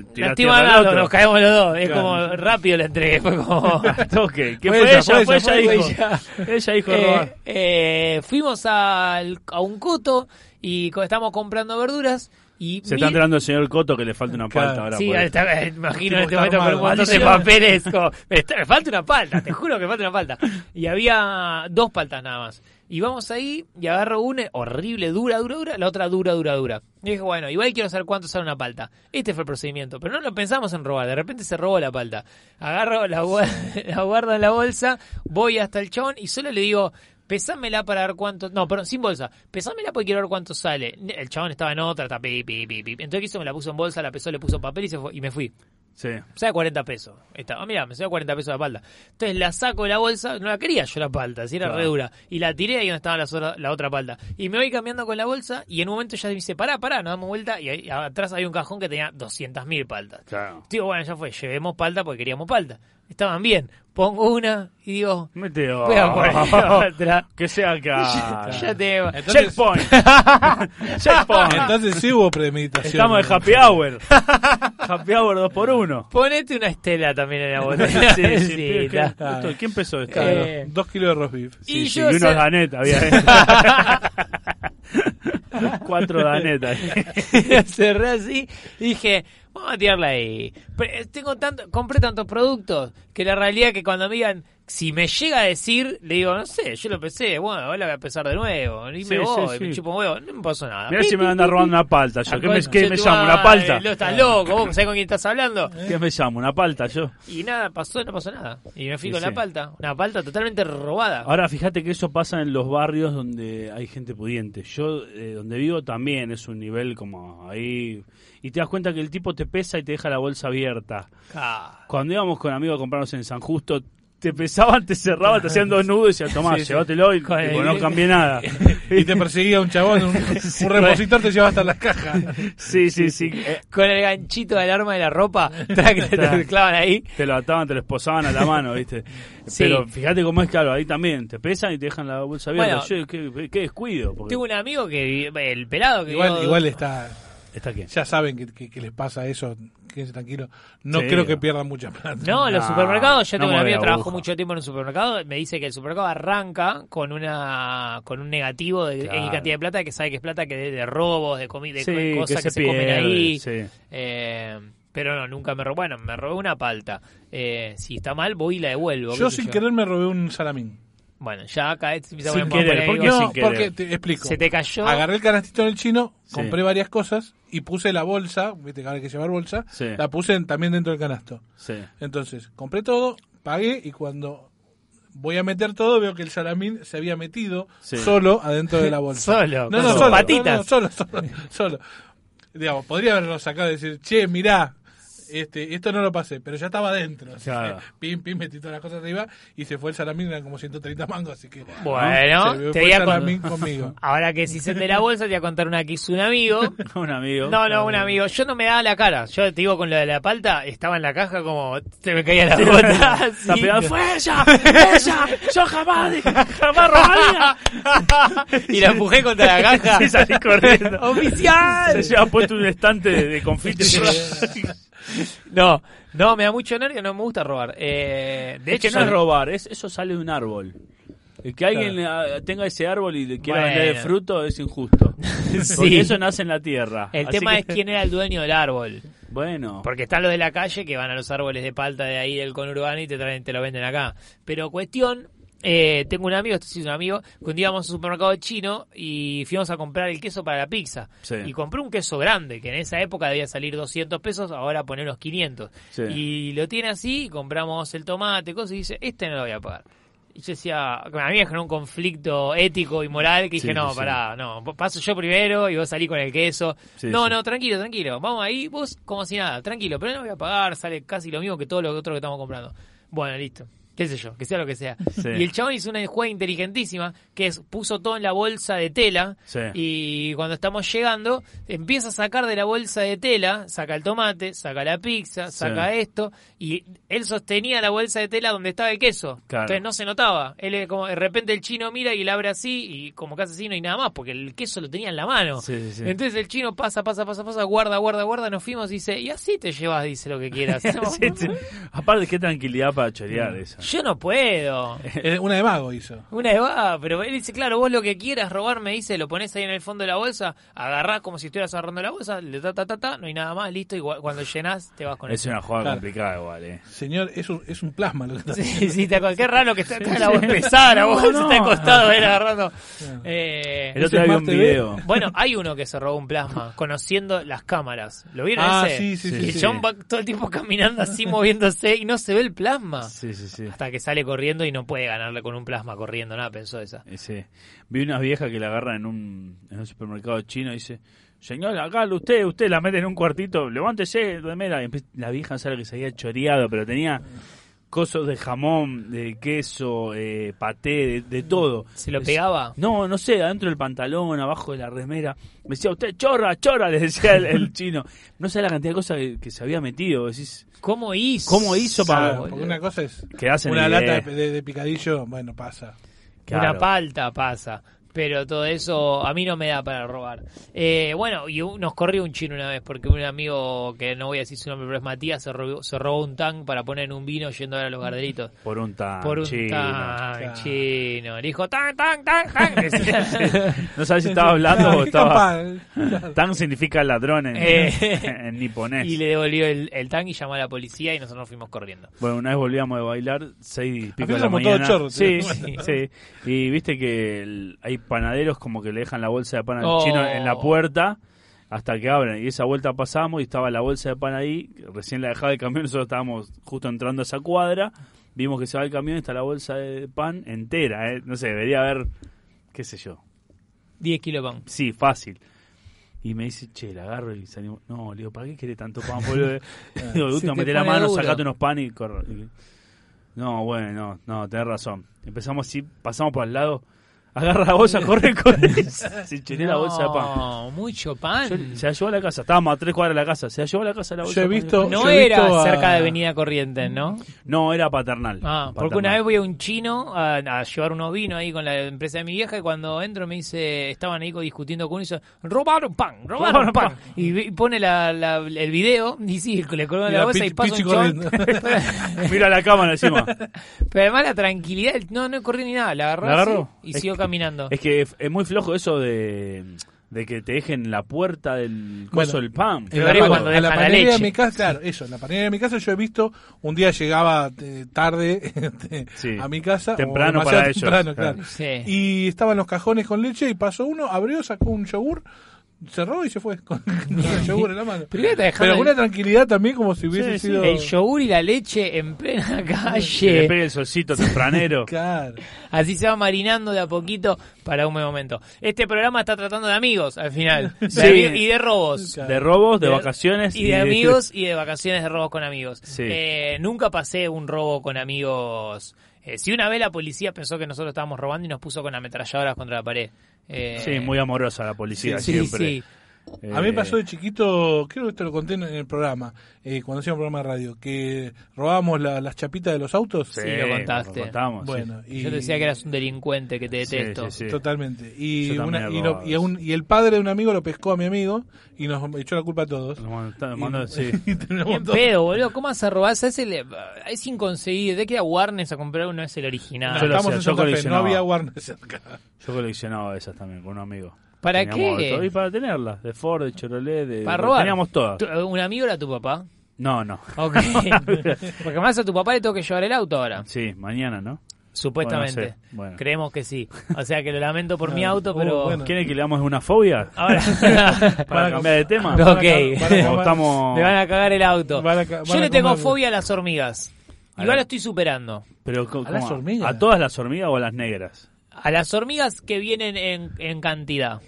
[SPEAKER 2] eh, tirás
[SPEAKER 1] Lastima
[SPEAKER 2] tierra al
[SPEAKER 1] Bernardo,
[SPEAKER 2] otro.
[SPEAKER 1] nos caemos los dos. Es
[SPEAKER 3] Claro.
[SPEAKER 1] como rápido la entregué. Fue como.
[SPEAKER 2] Al toque. ¿Qué
[SPEAKER 3] Fue
[SPEAKER 2] fue,
[SPEAKER 3] ella,
[SPEAKER 2] ella?
[SPEAKER 3] fue ella,
[SPEAKER 2] Fue ella,
[SPEAKER 3] fue
[SPEAKER 2] dijo. Ella dijo
[SPEAKER 1] Eh,
[SPEAKER 2] robar.
[SPEAKER 1] eh, fuimos al- a un coto y co- estábamos comprando verduras. Y
[SPEAKER 2] Se
[SPEAKER 1] vi-
[SPEAKER 2] está enterando el señor Coto que le falta una
[SPEAKER 3] Claro.
[SPEAKER 2] palta ahora.
[SPEAKER 1] Sí,
[SPEAKER 2] por
[SPEAKER 1] ahí
[SPEAKER 2] eso.
[SPEAKER 1] está, me imagino en
[SPEAKER 3] Tipo,
[SPEAKER 1] este momento
[SPEAKER 3] está
[SPEAKER 1] con un
[SPEAKER 3] armado.
[SPEAKER 1] montón de
[SPEAKER 3] Maldición.
[SPEAKER 1] papeles. como, me, está- me falta una palta, te juro que me falta una palta. Y había dos paltas nada más. Y vamos ahí y agarro una horrible, dura, dura, dura, la otra dura, dura, dura. Y dije, bueno, igual quiero saber cuánto sale una palta. Este fue el procedimiento, pero no lo pensamos en robar, de repente se robó la palta. Agarro, la, gua- la guardo en la bolsa, voy hasta el chabón y solo le digo, pesámela para ver cuánto. No, perdón, sin bolsa. Pesámela porque quiero ver cuánto sale. El chabón estaba en otra, está pi, pi, pi, pi. Entonces, ¿qué hizo? Me la puso en bolsa, la pesó, le puso papel y, se fue- y me fui.
[SPEAKER 2] Sí.
[SPEAKER 1] Me sale 40 pesos. Esta, ah, mirá, me sale 40 pesos la palta. Entonces la saco de la bolsa, no la quería yo la palta, si era
[SPEAKER 2] Claro.
[SPEAKER 1] re dura. Y la tiré ahí donde estaba la, sola- la otra palta. Y me voy cambiando con la bolsa y en un momento ya me dice, pará, pará, nos damos vuelta. Y ahí atrás había un cajón que tenía 200.000 paltas.
[SPEAKER 2] Claro.
[SPEAKER 1] Digo, bueno, ya fue, llevemos palta porque queríamos palta. Estaban bien. Pongo una y digo,
[SPEAKER 2] Mete
[SPEAKER 1] voy a poner otra.
[SPEAKER 2] Que sea acá.
[SPEAKER 1] Ya te
[SPEAKER 3] Entonces-
[SPEAKER 2] Checkpoint.
[SPEAKER 1] Ah.
[SPEAKER 2] Checkpoint.
[SPEAKER 3] Entonces sí hubo premeditación.
[SPEAKER 2] Estamos en happy hour. happy hour 2 por 1
[SPEAKER 1] Ponete una estela también en la botella.
[SPEAKER 2] Sí, sí, pero
[SPEAKER 1] está.
[SPEAKER 2] ¿quién- justo, ¿Quién empezó esto?
[SPEAKER 3] Claro,
[SPEAKER 1] Eh.
[SPEAKER 3] dos kilos de roast beef.
[SPEAKER 2] Sí,
[SPEAKER 1] y
[SPEAKER 2] sí,
[SPEAKER 1] yo
[SPEAKER 2] y unos
[SPEAKER 1] se-
[SPEAKER 2] Danet había. Cuatro danetas.
[SPEAKER 1] La cerré así y dije, vamos a tirarla ahí. Pero, eh, tengo tanto, compré tantos productos que la realidad es que cuando me digan, si me llega a decir, le digo, no sé, yo lo pensé, bueno, ahora voy a empezar de nuevo, y
[SPEAKER 2] Sí,
[SPEAKER 1] me voy,
[SPEAKER 2] sí, sí.
[SPEAKER 1] me chupo un huevo, no me pasó nada.
[SPEAKER 2] Mirá si me van a robar una palta yo. ¿Qué me, qué me
[SPEAKER 1] Concha tu
[SPEAKER 2] llamo? ¿Una
[SPEAKER 1] madre,
[SPEAKER 2] palta?
[SPEAKER 1] Lo estás loco, vos sabés con quién estás hablando.
[SPEAKER 2] ¿Qué me llamo? ¿Una palta yo?
[SPEAKER 1] Y nada, pasó, no pasó nada. Y me fui
[SPEAKER 2] Sí,
[SPEAKER 1] con
[SPEAKER 2] sí. Ah.
[SPEAKER 1] la palta, una palta totalmente robada.
[SPEAKER 2] Ahora fíjate que eso pasa en los barrios donde hay gente pudiente. Yo, eh, donde vivo, también es un nivel como ahí. Y te das cuenta que el tipo te pesa y te deja la bolsa abierta.
[SPEAKER 1] Ah,
[SPEAKER 2] Cuando íbamos con amigos a comprarnos en San Justo, te pesaban, te cerraban, te hacían dos nudos y decían, tomá,
[SPEAKER 3] Sí, sí.
[SPEAKER 2] llévatelo y
[SPEAKER 1] Con el-
[SPEAKER 2] tipo, no cambié nada.
[SPEAKER 3] Y te perseguía un chabón, un, un repositor te llevaba hasta las cajas.
[SPEAKER 2] sí, sí, sí. Eh,
[SPEAKER 1] con el ganchito del arma de la ropa, tra, que te lo clavan ahí.
[SPEAKER 2] Te lo ataban, te lo esposaban a la mano, ¿viste?
[SPEAKER 1] Sí.
[SPEAKER 2] Pero fíjate cómo es, claro, ahí también te pesan y te dejan la bolsa abierta.
[SPEAKER 1] Bueno,
[SPEAKER 2] Yo, qué, qué descuido. Porque...
[SPEAKER 1] Tengo un amigo que, vi- el pelado que
[SPEAKER 3] Igual,
[SPEAKER 1] digo-
[SPEAKER 3] igual está.
[SPEAKER 2] ¿Está qué?
[SPEAKER 3] Ya saben que, que- que les pasa eso, quédense tranquilos. No
[SPEAKER 2] Sí.
[SPEAKER 3] creo que pierdan mucha plata.
[SPEAKER 1] No, los
[SPEAKER 2] No,
[SPEAKER 1] supermercados, yo
[SPEAKER 2] no
[SPEAKER 1] tengo un
[SPEAKER 2] mueve
[SPEAKER 1] amigo que
[SPEAKER 2] la
[SPEAKER 1] trabajó
[SPEAKER 2] aguja.
[SPEAKER 1] mucho tiempo en un supermercado, me dice que el supermercado arranca con una con un negativo de
[SPEAKER 2] Claro.
[SPEAKER 1] X cantidad de plata que sabe que es plata que de, de robos, de comida, de
[SPEAKER 2] Sí, que
[SPEAKER 1] cosas que se,
[SPEAKER 2] se
[SPEAKER 1] comen
[SPEAKER 2] pierde,
[SPEAKER 1] ahí.
[SPEAKER 2] sí.
[SPEAKER 1] Eh, pero no, nunca me robé, bueno, me robé una palta. Eh, si está mal, voy y la devuelvo.
[SPEAKER 3] Yo
[SPEAKER 1] qué sé
[SPEAKER 3] sin querer me robé un salamín.
[SPEAKER 1] Bueno, ya acá es- empieza a
[SPEAKER 2] Sin
[SPEAKER 1] poner-
[SPEAKER 2] querer, ¿por qué
[SPEAKER 1] digo,
[SPEAKER 2] sin
[SPEAKER 3] No,
[SPEAKER 2] querer?
[SPEAKER 3] porque te explico.
[SPEAKER 1] se te cayó.
[SPEAKER 3] Agarré el canastito del chino,
[SPEAKER 2] Sí.
[SPEAKER 3] compré varias cosas y puse la bolsa, viste que ahora hay que llevar bolsa,
[SPEAKER 2] Sí.
[SPEAKER 3] la puse en- también dentro del canasto.
[SPEAKER 2] Sí.
[SPEAKER 3] Entonces, compré todo, pagué y cuando voy a meter todo veo que el salamín se había metido
[SPEAKER 2] Sí.
[SPEAKER 3] solo adentro de la bolsa.
[SPEAKER 1] Solo,
[SPEAKER 3] no,
[SPEAKER 1] con
[SPEAKER 3] no,
[SPEAKER 1] sus
[SPEAKER 3] solo,
[SPEAKER 1] patitas.
[SPEAKER 3] no, no, solo, solo, solo. Digamos, podría haberlo sacado y decir, che, mirá. Este, esto no lo pasé, pero ya estaba adentro. Así
[SPEAKER 2] Claro.
[SPEAKER 3] que, pim, pim, metí todas las cosas arriba y se fue el salamín, eran como 130 mangos, así que.
[SPEAKER 1] Bueno,
[SPEAKER 3] se me
[SPEAKER 1] te
[SPEAKER 3] fue
[SPEAKER 1] voy
[SPEAKER 3] el
[SPEAKER 1] a con-
[SPEAKER 3] salamín conmigo.
[SPEAKER 1] Ahora que si se de la bolsa, te voy a contar una que hizo un amigo.
[SPEAKER 2] Un amigo.
[SPEAKER 1] No, no, un amigo. Yo no me daba la cara. Yo te digo, con lo de la palta, estaba en la caja como se me caía la gota.
[SPEAKER 2] Está
[SPEAKER 1] Sí.
[SPEAKER 2] pegado, ¡Fue ella! ¡Ella! ¡Yo jamás! dije- ¡Jamás robaría!
[SPEAKER 1] y la empujé contra la caja.
[SPEAKER 2] Sí, salí corriendo. Se
[SPEAKER 1] ¡Oficial!
[SPEAKER 2] lleva puesto un estante de, de confites.
[SPEAKER 1] No, no, me da mucho nervio, no me gusta robar. Eh, de
[SPEAKER 2] de
[SPEAKER 1] hecho,
[SPEAKER 2] hecho, no es robar, es, eso sale de un árbol. El que alguien ah, tenga ese árbol y le quiera vender el
[SPEAKER 1] Bueno.
[SPEAKER 2] fruto es injusto.
[SPEAKER 1] Sí.
[SPEAKER 2] Porque eso nace en la tierra.
[SPEAKER 1] El
[SPEAKER 2] Así
[SPEAKER 1] tema
[SPEAKER 2] que-
[SPEAKER 1] es quién era el dueño del árbol.
[SPEAKER 2] Bueno.
[SPEAKER 1] Porque están los de la calle que van a los árboles de palta de ahí del conurbano y te traen, te lo venden acá. Pero cuestión, eh, tengo un amigo, esto sí es un amigo, que un día vamos a un supermercado chino y fuimos a comprar el queso para la pizza.
[SPEAKER 2] Sí.
[SPEAKER 1] Y compré un queso grande, que en esa época debía salir 200 pesos, ahora pone unos 500.
[SPEAKER 2] Sí.
[SPEAKER 1] Y lo tiene así, y compramos el tomate, cosas, y dice, este no lo voy a pagar. Y yo decía, a mí me generó un conflicto ético y moral que dije,
[SPEAKER 2] Sí,
[SPEAKER 1] no,
[SPEAKER 2] sí, sí.
[SPEAKER 1] pará, no, paso yo primero y vos salís con el queso.
[SPEAKER 2] Sí,
[SPEAKER 1] no,
[SPEAKER 2] sí.
[SPEAKER 1] no, tranquilo, tranquilo. Vamos ahí, vos como si nada, tranquilo, pero no voy a pagar, sale casi lo mismo que todo lo otro que estamos comprando. Bueno, listo. Qué sé yo, que sea lo que sea.
[SPEAKER 2] Sí.
[SPEAKER 1] Y el chabón hizo una jugada inteligentísima, que es puso todo en la bolsa de tela
[SPEAKER 2] Sí.
[SPEAKER 1] y cuando estamos llegando empieza a sacar de la bolsa de tela, saca el tomate, saca la pizza, saca esto y él sostenía la bolsa de tela donde estaba el queso.
[SPEAKER 2] Claro.
[SPEAKER 1] Entonces no se notaba. Él eh, como de repente el chino mira y la abre así y como casi así no hay nada más porque el queso lo tenía en la mano.
[SPEAKER 2] Sí, sí, sí.
[SPEAKER 1] Entonces el chino pasa, pasa, pasa, pasa, guarda, guarda, guarda, nos fuimos y dice, "Y así te llevas", dice lo que quieras.
[SPEAKER 2] Sí, sí. Aparte, qué tranquilidad para
[SPEAKER 1] Mm.
[SPEAKER 2] chorear esa.
[SPEAKER 1] Yo no puedo.
[SPEAKER 3] Eh, Una de mago hizo.
[SPEAKER 1] Una de va, pero él dice, claro, vos lo que quieras robar, me dice, lo pones ahí en el fondo de la bolsa, agarrás como si estuvieras agarrando la bolsa, le ta, ta, ta, ta, no hay nada más, listo, y gua- cuando llenás te vas con
[SPEAKER 2] Es
[SPEAKER 1] eso.
[SPEAKER 2] una jugada
[SPEAKER 3] Claro.
[SPEAKER 2] complicada igual, eh.
[SPEAKER 3] Señor, es un, es un plasma lo que está
[SPEAKER 1] Sí, sí, te acordás, qué raro que está acá la bolsa pesada, la bolsa
[SPEAKER 2] no.
[SPEAKER 1] está acostado, él agarrando. Eh,
[SPEAKER 2] El otro día vi un
[SPEAKER 3] Smart TV.
[SPEAKER 2] video.
[SPEAKER 1] bueno, hay uno que se robó un plasma, conociendo las cámaras. ¿Lo vieron
[SPEAKER 3] Ah,
[SPEAKER 1] ese?
[SPEAKER 3] sí, sí, sí,
[SPEAKER 1] Y el
[SPEAKER 3] sí.
[SPEAKER 1] chabón va todo el tiempo caminando así, moviéndose, y no se ve el plasma.
[SPEAKER 2] Sí, sí, sí.
[SPEAKER 1] Hasta que sale corriendo y no puede ganarle con un plasma corriendo, nada, pensó esa.
[SPEAKER 2] Eh, sí. Vi una vieja que la agarra en un, en un supermercado chino y dice, señor, acá usted, usted la mete en un cuartito, levántese, remera. Y empie- La vieja sabe que se había choreado, pero tenía cosos de jamón, de queso, eh, paté, de, de todo.
[SPEAKER 1] ¿Se lo
[SPEAKER 2] Es-
[SPEAKER 1] pegaba?
[SPEAKER 2] No, no sé, adentro del pantalón, abajo de la remera. Me decía, usted chorra, chorra, le decía el, el chino. No sé la cantidad de cosas que, que se había metido. Decís,
[SPEAKER 1] ¿Cómo hizo?
[SPEAKER 2] ¿Cómo hizo para-
[SPEAKER 3] Claro, porque una cosa es
[SPEAKER 2] Quedás en
[SPEAKER 3] una
[SPEAKER 2] el-
[SPEAKER 3] lata de, de- de picadillo, bueno, pasa.
[SPEAKER 2] Claro.
[SPEAKER 1] Una palta pasa. Pero todo eso a mí no me da para robar. Eh, bueno, y un- nos corrió un chino una vez porque un amigo, que no voy a decir su nombre, pero es Matías, se robó, se robó un tan para poner en un vino yendo a los garderitos.
[SPEAKER 2] por un tan
[SPEAKER 1] Por un
[SPEAKER 2] chino.
[SPEAKER 1] tan
[SPEAKER 3] claro.
[SPEAKER 1] chino. Le dijo tan, tan, tan, tan. Decía.
[SPEAKER 2] No sabes si estaba hablando
[SPEAKER 3] Claro,
[SPEAKER 2] o
[SPEAKER 3] qué
[SPEAKER 2] estaba...
[SPEAKER 3] capaz, claro.
[SPEAKER 2] Tan significa ladrón en,
[SPEAKER 1] Eh.
[SPEAKER 2] en niponés.
[SPEAKER 1] y le devolvió el, el tan y llamó a la policía y nosotros nos fuimos corriendo.
[SPEAKER 2] Bueno, una vez volvíamos de bailar, seis y pico de la
[SPEAKER 3] somos todos
[SPEAKER 2] mañana.
[SPEAKER 3] chorros,
[SPEAKER 2] sí,
[SPEAKER 3] te das
[SPEAKER 2] sí, sí. Y viste que el- hay panaderos como que le dejan la bolsa de pan al
[SPEAKER 1] Oh.
[SPEAKER 2] chino en la puerta hasta que abren. Y esa vuelta pasamos y estaba la bolsa de pan ahí. Recién la dejaba el camión, nosotros estábamos justo entrando a esa cuadra. Vimos que se va el camión y está la bolsa de pan entera. ¿eh? No sé, debería haber, qué sé yo,
[SPEAKER 1] 10 kilos de pan.
[SPEAKER 2] Sí, fácil. Y me dice, che, la agarro y salimos. No, le digo, ¿para qué quiere tanto pan, boludo? digo,
[SPEAKER 1] Se
[SPEAKER 2] Gusto,
[SPEAKER 1] Ah, te
[SPEAKER 2] mete la
[SPEAKER 1] pone
[SPEAKER 2] mano,
[SPEAKER 1] duro.
[SPEAKER 2] sacate unos panes y corre. Y- No, bueno, no, no, tenés razón. Empezamos así, pasamos por al lado, agarra la bolsa, corre, corre. Se chiré la bolsa de pan.
[SPEAKER 1] No, mucho pan.
[SPEAKER 2] Yo- se la llevó a la casa, estábamos a tres cuadras de la casa, se la llevó a la casa la bolsa.
[SPEAKER 3] Yo he
[SPEAKER 2] de pan.
[SPEAKER 3] visto-
[SPEAKER 1] no
[SPEAKER 3] yo he
[SPEAKER 1] era
[SPEAKER 3] visto a-
[SPEAKER 1] cerca de Avenida Corrientes, ¿no?
[SPEAKER 2] No, era paternal.
[SPEAKER 1] Ah, porque
[SPEAKER 2] Paternal.
[SPEAKER 1] una vez voy a un chino a, a llevar unos vinos ahí con la empresa de mi vieja y cuando entro me dice, estaban ahí co- discutiendo con uno y dice, robaron pan, robaron
[SPEAKER 2] Robaron
[SPEAKER 1] pan. Y, ve- y pone la, la- el video y sí, le colgan
[SPEAKER 3] Y
[SPEAKER 1] la
[SPEAKER 3] la
[SPEAKER 1] bolsa y
[SPEAKER 3] pinche-
[SPEAKER 1] pasa un
[SPEAKER 3] pinche
[SPEAKER 1] chabón.
[SPEAKER 2] Mira la cámara encima.
[SPEAKER 1] Pero además la tranquilidad, el- no, no corrió ni nada, la agarró,
[SPEAKER 2] ¿La
[SPEAKER 1] así
[SPEAKER 2] agarró?
[SPEAKER 1] y
[SPEAKER 2] Es
[SPEAKER 1] siguió caminando.
[SPEAKER 2] Es que es es muy flojo eso de, de que te dejen la puerta del coso
[SPEAKER 3] Bueno,
[SPEAKER 2] del pan.
[SPEAKER 1] Pero ahí
[SPEAKER 3] pan-
[SPEAKER 1] cuando
[SPEAKER 3] a la
[SPEAKER 1] dejan la
[SPEAKER 3] panadería
[SPEAKER 1] leche.
[SPEAKER 3] de mi casa, claro, eso, en la panadería de mi casa yo he visto, un día llegaba eh, tarde este,
[SPEAKER 2] Sí.
[SPEAKER 3] a mi casa, o
[SPEAKER 2] Temprano
[SPEAKER 3] demasiado
[SPEAKER 2] para ellos,
[SPEAKER 3] temprano,
[SPEAKER 2] claro.
[SPEAKER 3] claro.
[SPEAKER 1] Sí.
[SPEAKER 3] Y estaban los cajones con leche y pasó uno, abrió, sacó un yogur, cerró y se fue con, con el yogur en la mano.
[SPEAKER 1] Pero, te
[SPEAKER 3] Pero con una tranquilidad también como si hubiese
[SPEAKER 2] Sí, sí.
[SPEAKER 3] sido...
[SPEAKER 1] el yogur y la leche en plena
[SPEAKER 2] Que le
[SPEAKER 1] calle.
[SPEAKER 2] pegue el solcito tempranero.
[SPEAKER 3] Claro.
[SPEAKER 1] Así se va marinando de a poquito para un buen momento. Este programa está tratando de amigos al final. De
[SPEAKER 2] Sí.
[SPEAKER 1] ami- y de robos.
[SPEAKER 3] Claro.
[SPEAKER 2] De robos, de vacaciones.
[SPEAKER 1] Y de amigos y de vacaciones de robos con amigos.
[SPEAKER 2] Sí.
[SPEAKER 1] Eh, nunca pasé un robo con amigos. Eh, sí, una vez la policía pensó que nosotros estábamos robando y nos puso con ametralladoras contra la pared. Eh,
[SPEAKER 2] Sí, muy amorosa la policía
[SPEAKER 1] sí,
[SPEAKER 2] siempre.
[SPEAKER 1] sí.
[SPEAKER 2] Eh,
[SPEAKER 3] A mí me pasó de chiquito, creo que te lo conté en en el programa, eh, cuando hacíamos un programa de radio, que robábamos la- las chapitas de los autos.
[SPEAKER 2] Sí,
[SPEAKER 1] Sí, lo contaste.
[SPEAKER 2] lo contamos, sí.
[SPEAKER 3] Bueno, y...
[SPEAKER 1] Yo te decía que eras un delincuente, que te
[SPEAKER 2] Sí,
[SPEAKER 1] detesto.
[SPEAKER 2] sí, sí.
[SPEAKER 3] Totalmente.
[SPEAKER 2] Yo
[SPEAKER 3] Y,
[SPEAKER 2] también
[SPEAKER 3] una-
[SPEAKER 2] he
[SPEAKER 3] y,
[SPEAKER 2] robado
[SPEAKER 3] lo- y a un- y el padre de un amigo lo pescó a mi amigo y nos echó la culpa a todos.
[SPEAKER 2] Lo manda- manda- sí.
[SPEAKER 3] Y terminamos
[SPEAKER 1] Bien
[SPEAKER 3] todos-
[SPEAKER 1] pedo, boludo. ¿Cómo vas a robar? Es, el, eh, es inconcebible. Te queda Warnes a comprar uno, es el
[SPEAKER 3] No,
[SPEAKER 1] original.
[SPEAKER 2] Yo lo
[SPEAKER 3] estamos
[SPEAKER 2] hacía,
[SPEAKER 3] en
[SPEAKER 2] yo
[SPEAKER 3] Santa Fe, no
[SPEAKER 2] coleccionaba.
[SPEAKER 3] había Warner cerca.
[SPEAKER 2] Yo coleccionaba esas también con un amigo.
[SPEAKER 1] ¿Para
[SPEAKER 2] Teníamos
[SPEAKER 1] qué?
[SPEAKER 2] de todo. Y para tenerlas, de Ford, de Chevrolet, de...
[SPEAKER 1] Para robar.
[SPEAKER 2] eh, Teníamos todas.
[SPEAKER 1] ¿Tu- ¿Un amigo era tu papá?
[SPEAKER 2] No, no.
[SPEAKER 1] Ok. Porque más a tu papá le tengo que llevar el auto ahora.
[SPEAKER 2] Sí, mañana, ¿no?
[SPEAKER 1] Supuestamente.
[SPEAKER 2] Bueno, no sé. Bueno. uh,
[SPEAKER 1] Creemos que sí. O sea que lo lamento por mi
[SPEAKER 3] Ah,
[SPEAKER 1] auto,
[SPEAKER 3] oh,
[SPEAKER 1] pero.
[SPEAKER 3] bueno.
[SPEAKER 2] ¿Quieren que le damos una fobia?
[SPEAKER 1] Ahora.
[SPEAKER 2] Para
[SPEAKER 3] Para
[SPEAKER 2] cambiar de tema.
[SPEAKER 1] No,
[SPEAKER 2] No,
[SPEAKER 1] Ah, Ok.
[SPEAKER 3] Para- para-
[SPEAKER 2] estamos...
[SPEAKER 1] Me van a cagar el auto.
[SPEAKER 3] Van a ca-
[SPEAKER 1] Yo
[SPEAKER 3] van a
[SPEAKER 1] le tengo
[SPEAKER 3] comer-
[SPEAKER 1] fobia a las hormigas.
[SPEAKER 2] A
[SPEAKER 1] Igual
[SPEAKER 2] la-
[SPEAKER 1] lo estoy superando.
[SPEAKER 2] Pero, co-
[SPEAKER 3] ¿A las
[SPEAKER 2] ¿cómo?
[SPEAKER 3] hormigas?
[SPEAKER 2] ¿A todas las hormigas o a las negras?
[SPEAKER 1] A las hormigas que vienen en, en cantidad.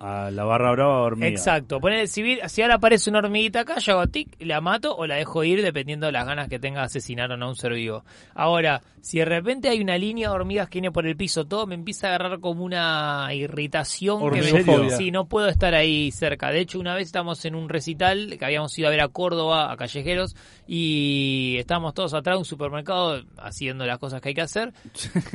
[SPEAKER 2] A la barra brava hormiga.
[SPEAKER 1] Exacto. Ponele, si, vi- si ahora aparece una hormiguita acá, yo hago tic, la mato o la dejo ir dependiendo de las ganas que tenga de asesinar o no a un ser vivo. Ahora, si de repente hay una línea de hormigas que viene por el piso, todo me empieza a agarrar como una irritación. Que me,
[SPEAKER 3] Hormigofobia.
[SPEAKER 1] sí, no puedo estar ahí cerca. De hecho, una vez estábamos en un recital que habíamos ido a ver a Córdoba, a Callejeros, y estábamos todos atrás de un supermercado haciendo las cosas que hay que hacer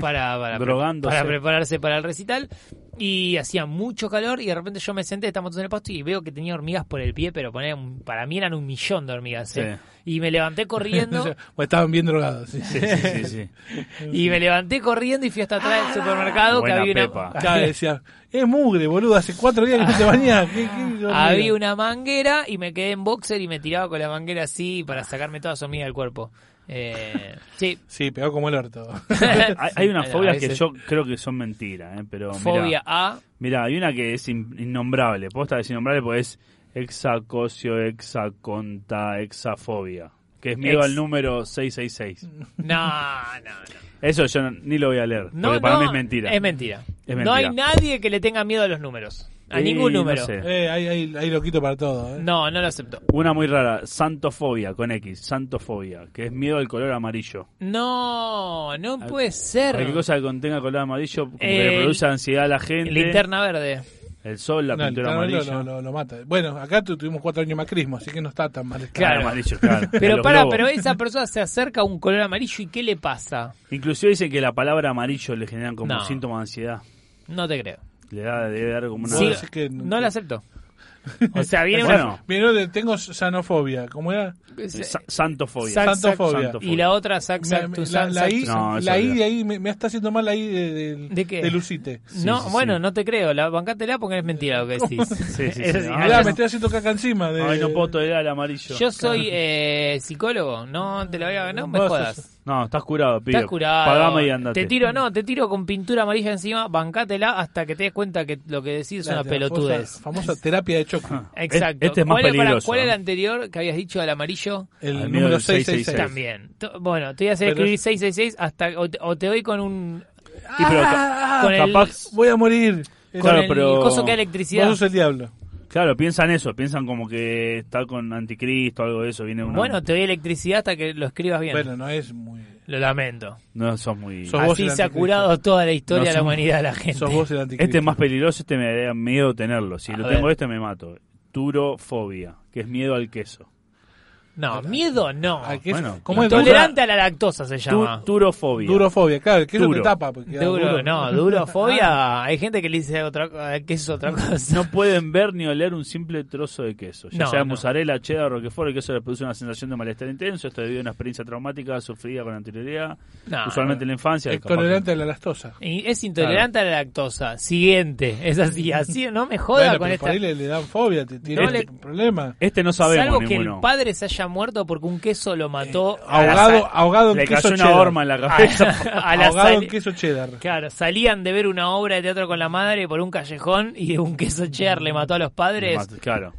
[SPEAKER 1] para, para, pre-
[SPEAKER 2] Drogándose.
[SPEAKER 1] para prepararse para el recital. Y hacía mucho calor y de repente yo me senté, estamos en el pasto y veo que tenía hormigas por el pie, pero poné un- para mí eran un millón de hormigas. ¿eh? Y me levanté corriendo
[SPEAKER 3] O Pues estaban bien drogados. sí.
[SPEAKER 2] Sí, sí, sí, sí. Ah.
[SPEAKER 1] y me levanté corriendo y fui hasta atrás del supermercado que
[SPEAKER 2] Buena
[SPEAKER 1] había una,
[SPEAKER 2] pepa.
[SPEAKER 3] Acá decía, es mugre, boludo, hace cuatro días que no te bañás. ¿Qué, qué
[SPEAKER 1] había una manguera y me quedé en boxer y me tiraba con la manguera así para sacarme todas las hormigas del cuerpo. Eh, sí,
[SPEAKER 3] Sí, pegó como el orto.
[SPEAKER 2] Hay, hay unas
[SPEAKER 1] A
[SPEAKER 2] fobias que
[SPEAKER 1] veces.
[SPEAKER 2] yo creo que son mentiras, ¿eh? pero mirá.
[SPEAKER 1] fobia a...
[SPEAKER 2] Mirá, hay una que es in- innombrable. Posta es innombrable porque es hexacosio, hexaconta, hexafobia. Que es miedo
[SPEAKER 1] Ex.
[SPEAKER 2] al número 666.
[SPEAKER 1] No, no, no.
[SPEAKER 2] Eso yo no- ni lo voy a leer.
[SPEAKER 1] No,
[SPEAKER 2] porque para
[SPEAKER 1] no,
[SPEAKER 2] mí es mentira.
[SPEAKER 1] Es mentira.
[SPEAKER 2] Es
[SPEAKER 1] No
[SPEAKER 2] mentira.
[SPEAKER 1] hay nadie que le tenga miedo a los números. A
[SPEAKER 2] Y
[SPEAKER 1] ningún
[SPEAKER 2] no
[SPEAKER 1] número. No,
[SPEAKER 2] sé.
[SPEAKER 3] Eh, hay, hay, hay loquito para todo. ¿eh?
[SPEAKER 1] no, lo acepto.
[SPEAKER 2] Una muy rara, santofobia, con X, santofobia, que es miedo al color amarillo.
[SPEAKER 1] No, no
[SPEAKER 2] Al-
[SPEAKER 1] puede ser.
[SPEAKER 2] Cualquier cosa que contenga color amarillo como que
[SPEAKER 1] El-
[SPEAKER 2] le produce ansiedad a la gente.
[SPEAKER 1] Eh, Linterna verde.
[SPEAKER 2] El sol, la
[SPEAKER 3] No,
[SPEAKER 2] pintura
[SPEAKER 3] literalmente
[SPEAKER 2] amarilla.
[SPEAKER 3] lo, lo- lo mata. Bueno, acá tu- tuvimos cuatro años de macrismo, así que no está tan mal.
[SPEAKER 1] Claro.
[SPEAKER 2] Ah, amarillo, claro.
[SPEAKER 1] Pero
[SPEAKER 2] Los
[SPEAKER 1] para,
[SPEAKER 2] globos.
[SPEAKER 1] pero esa persona se acerca a un color amarillo y ¿qué le pasa?
[SPEAKER 2] Inclusive dicen que la palabra amarillo le generan como
[SPEAKER 1] No.
[SPEAKER 2] síntomas de ansiedad.
[SPEAKER 1] No te creo.
[SPEAKER 2] Le da, debe dar como una...
[SPEAKER 1] Sí,
[SPEAKER 3] así que-
[SPEAKER 1] no lo acepto. O sea, viene
[SPEAKER 2] Bueno,
[SPEAKER 3] Mira, yo tengo sanofobia. ¿Cómo era?
[SPEAKER 1] una...
[SPEAKER 2] sa- santofobia.
[SPEAKER 1] Sac-
[SPEAKER 3] Santofobia.
[SPEAKER 2] Santofobia.
[SPEAKER 1] Y la otra, sac,
[SPEAKER 3] Me-
[SPEAKER 1] sac,
[SPEAKER 3] me-
[SPEAKER 1] tu,
[SPEAKER 3] la,
[SPEAKER 1] sac,
[SPEAKER 3] la
[SPEAKER 1] sac,
[SPEAKER 3] I,
[SPEAKER 1] tu, sac.
[SPEAKER 2] No, eso
[SPEAKER 3] la I
[SPEAKER 2] ya.
[SPEAKER 3] de ahí me, me está haciendo mal la I de, del-
[SPEAKER 1] ¿De qué?
[SPEAKER 3] Lucite.
[SPEAKER 1] no,
[SPEAKER 2] sí, sí,
[SPEAKER 1] bueno,
[SPEAKER 2] sí.
[SPEAKER 1] no te creo. La, bancátela porque es mentira lo que decís.
[SPEAKER 2] Sí, sí,
[SPEAKER 1] Es
[SPEAKER 2] sí.
[SPEAKER 1] así,
[SPEAKER 2] Ah,
[SPEAKER 1] no,
[SPEAKER 3] Mirá,
[SPEAKER 1] yo-
[SPEAKER 3] me estoy haciendo caca encima. De,
[SPEAKER 2] Ay, no puedo tolerar el amarillo.
[SPEAKER 1] Yo soy eh, psicólogo, no te lo voy a no me
[SPEAKER 3] Vos
[SPEAKER 1] jodas.
[SPEAKER 2] No, estás curado, pibe.
[SPEAKER 1] Estás curado.
[SPEAKER 2] Pagame y andate.
[SPEAKER 1] Te tiro, no, te tiro con pintura amarilla encima, bancátela hasta que te des cuenta que lo que decís es
[SPEAKER 3] La-
[SPEAKER 1] una
[SPEAKER 3] la
[SPEAKER 1] pelotudez.
[SPEAKER 3] Famosa, famosa terapia de choque.
[SPEAKER 1] Exacto.
[SPEAKER 2] Este es más
[SPEAKER 1] ¿Cuál, para-
[SPEAKER 2] peligroso,
[SPEAKER 1] ¿Cuál
[SPEAKER 2] ¿eh?
[SPEAKER 1] era el anterior que habías dicho al amarillo?
[SPEAKER 3] El
[SPEAKER 2] Al miedo
[SPEAKER 3] número
[SPEAKER 2] del
[SPEAKER 3] 666.
[SPEAKER 2] 666.
[SPEAKER 1] También. To- Bueno, te voy a hacer
[SPEAKER 3] Pero
[SPEAKER 1] escribir
[SPEAKER 3] es-
[SPEAKER 1] 666 hasta o te, o te doy con un
[SPEAKER 2] Y pero ca-
[SPEAKER 3] Ah,
[SPEAKER 1] con el-
[SPEAKER 2] capaz-
[SPEAKER 3] Voy a morir.
[SPEAKER 1] con
[SPEAKER 2] Claro,
[SPEAKER 1] el
[SPEAKER 2] pero-
[SPEAKER 1] coso que da
[SPEAKER 3] Vos
[SPEAKER 1] electricidad.
[SPEAKER 3] sos el diablo.
[SPEAKER 2] Claro, piensan eso. Piensan como que está con anticristo algo de eso. Viene una...
[SPEAKER 1] Bueno, te doy electricidad hasta que lo escribas bien.
[SPEAKER 3] Bueno, no es muy.
[SPEAKER 1] Lo lamento.
[SPEAKER 2] No sos muy... Este
[SPEAKER 3] Sos vos
[SPEAKER 1] Así
[SPEAKER 3] el
[SPEAKER 1] se ha
[SPEAKER 3] anticristo.
[SPEAKER 1] curado toda la historia
[SPEAKER 2] No
[SPEAKER 1] de la
[SPEAKER 2] somos-
[SPEAKER 1] humanidad de la gente.
[SPEAKER 3] Sos vos el anticristo.
[SPEAKER 2] Este es más peligroso, este me da miedo tenerlo. Si
[SPEAKER 1] A
[SPEAKER 2] lo
[SPEAKER 1] ver.
[SPEAKER 2] tengo este me mato. Turofobia, que es miedo al queso.
[SPEAKER 1] No, miedo no.
[SPEAKER 3] Ah, que es-
[SPEAKER 2] Bueno,
[SPEAKER 3] ¿cómo es?
[SPEAKER 1] Tolerante a la lactosa se
[SPEAKER 2] Tu-
[SPEAKER 1] llama.
[SPEAKER 2] turofobia.
[SPEAKER 3] Durofobia, claro, el queso
[SPEAKER 2] Duro.
[SPEAKER 3] te tapa. Porque queda
[SPEAKER 1] Duro,
[SPEAKER 3] duro.
[SPEAKER 1] no, durofobia. Hay gente que le dice otra cosa, que es otra cosa.
[SPEAKER 2] no pueden ver ni oler un simple trozo de queso. Ya
[SPEAKER 1] No,
[SPEAKER 2] sea
[SPEAKER 1] no.
[SPEAKER 2] mozzarella, cheddar, roquefort, el queso les produce una sensación de malestar intenso. Esto debido a una experiencia traumática sufrida con anterioridad,
[SPEAKER 1] Ah, No,
[SPEAKER 2] usualmente en la infancia.
[SPEAKER 3] Es
[SPEAKER 2] capaz
[SPEAKER 3] tolerante a la lactosa.
[SPEAKER 1] Y es intolerante a la lactosa. Siguiente. Es así, así. No me joda
[SPEAKER 3] Bueno,
[SPEAKER 1] con
[SPEAKER 3] pero
[SPEAKER 1] esta.
[SPEAKER 3] por ahí le, le dan fobia, te tiene
[SPEAKER 1] No le-
[SPEAKER 3] un problema.
[SPEAKER 2] que- Este no sabemos
[SPEAKER 1] Salvo que
[SPEAKER 2] ninguno. Eh,
[SPEAKER 1] el padre se haya haya muerto porque un queso lo mató
[SPEAKER 2] la
[SPEAKER 3] Ahogado,
[SPEAKER 2] sal-
[SPEAKER 3] ahogado en
[SPEAKER 2] Le
[SPEAKER 3] queso
[SPEAKER 2] cayó una
[SPEAKER 3] cheddar.
[SPEAKER 2] horma en
[SPEAKER 1] Ah,
[SPEAKER 2] la cabeza.
[SPEAKER 1] a la
[SPEAKER 3] ahogado en
[SPEAKER 1] sal-
[SPEAKER 3] queso cheddar.
[SPEAKER 1] Claro, salían de ver una obra de teatro con la madre por un callejón y un queso cheddar le mató a los padres.
[SPEAKER 2] Claro.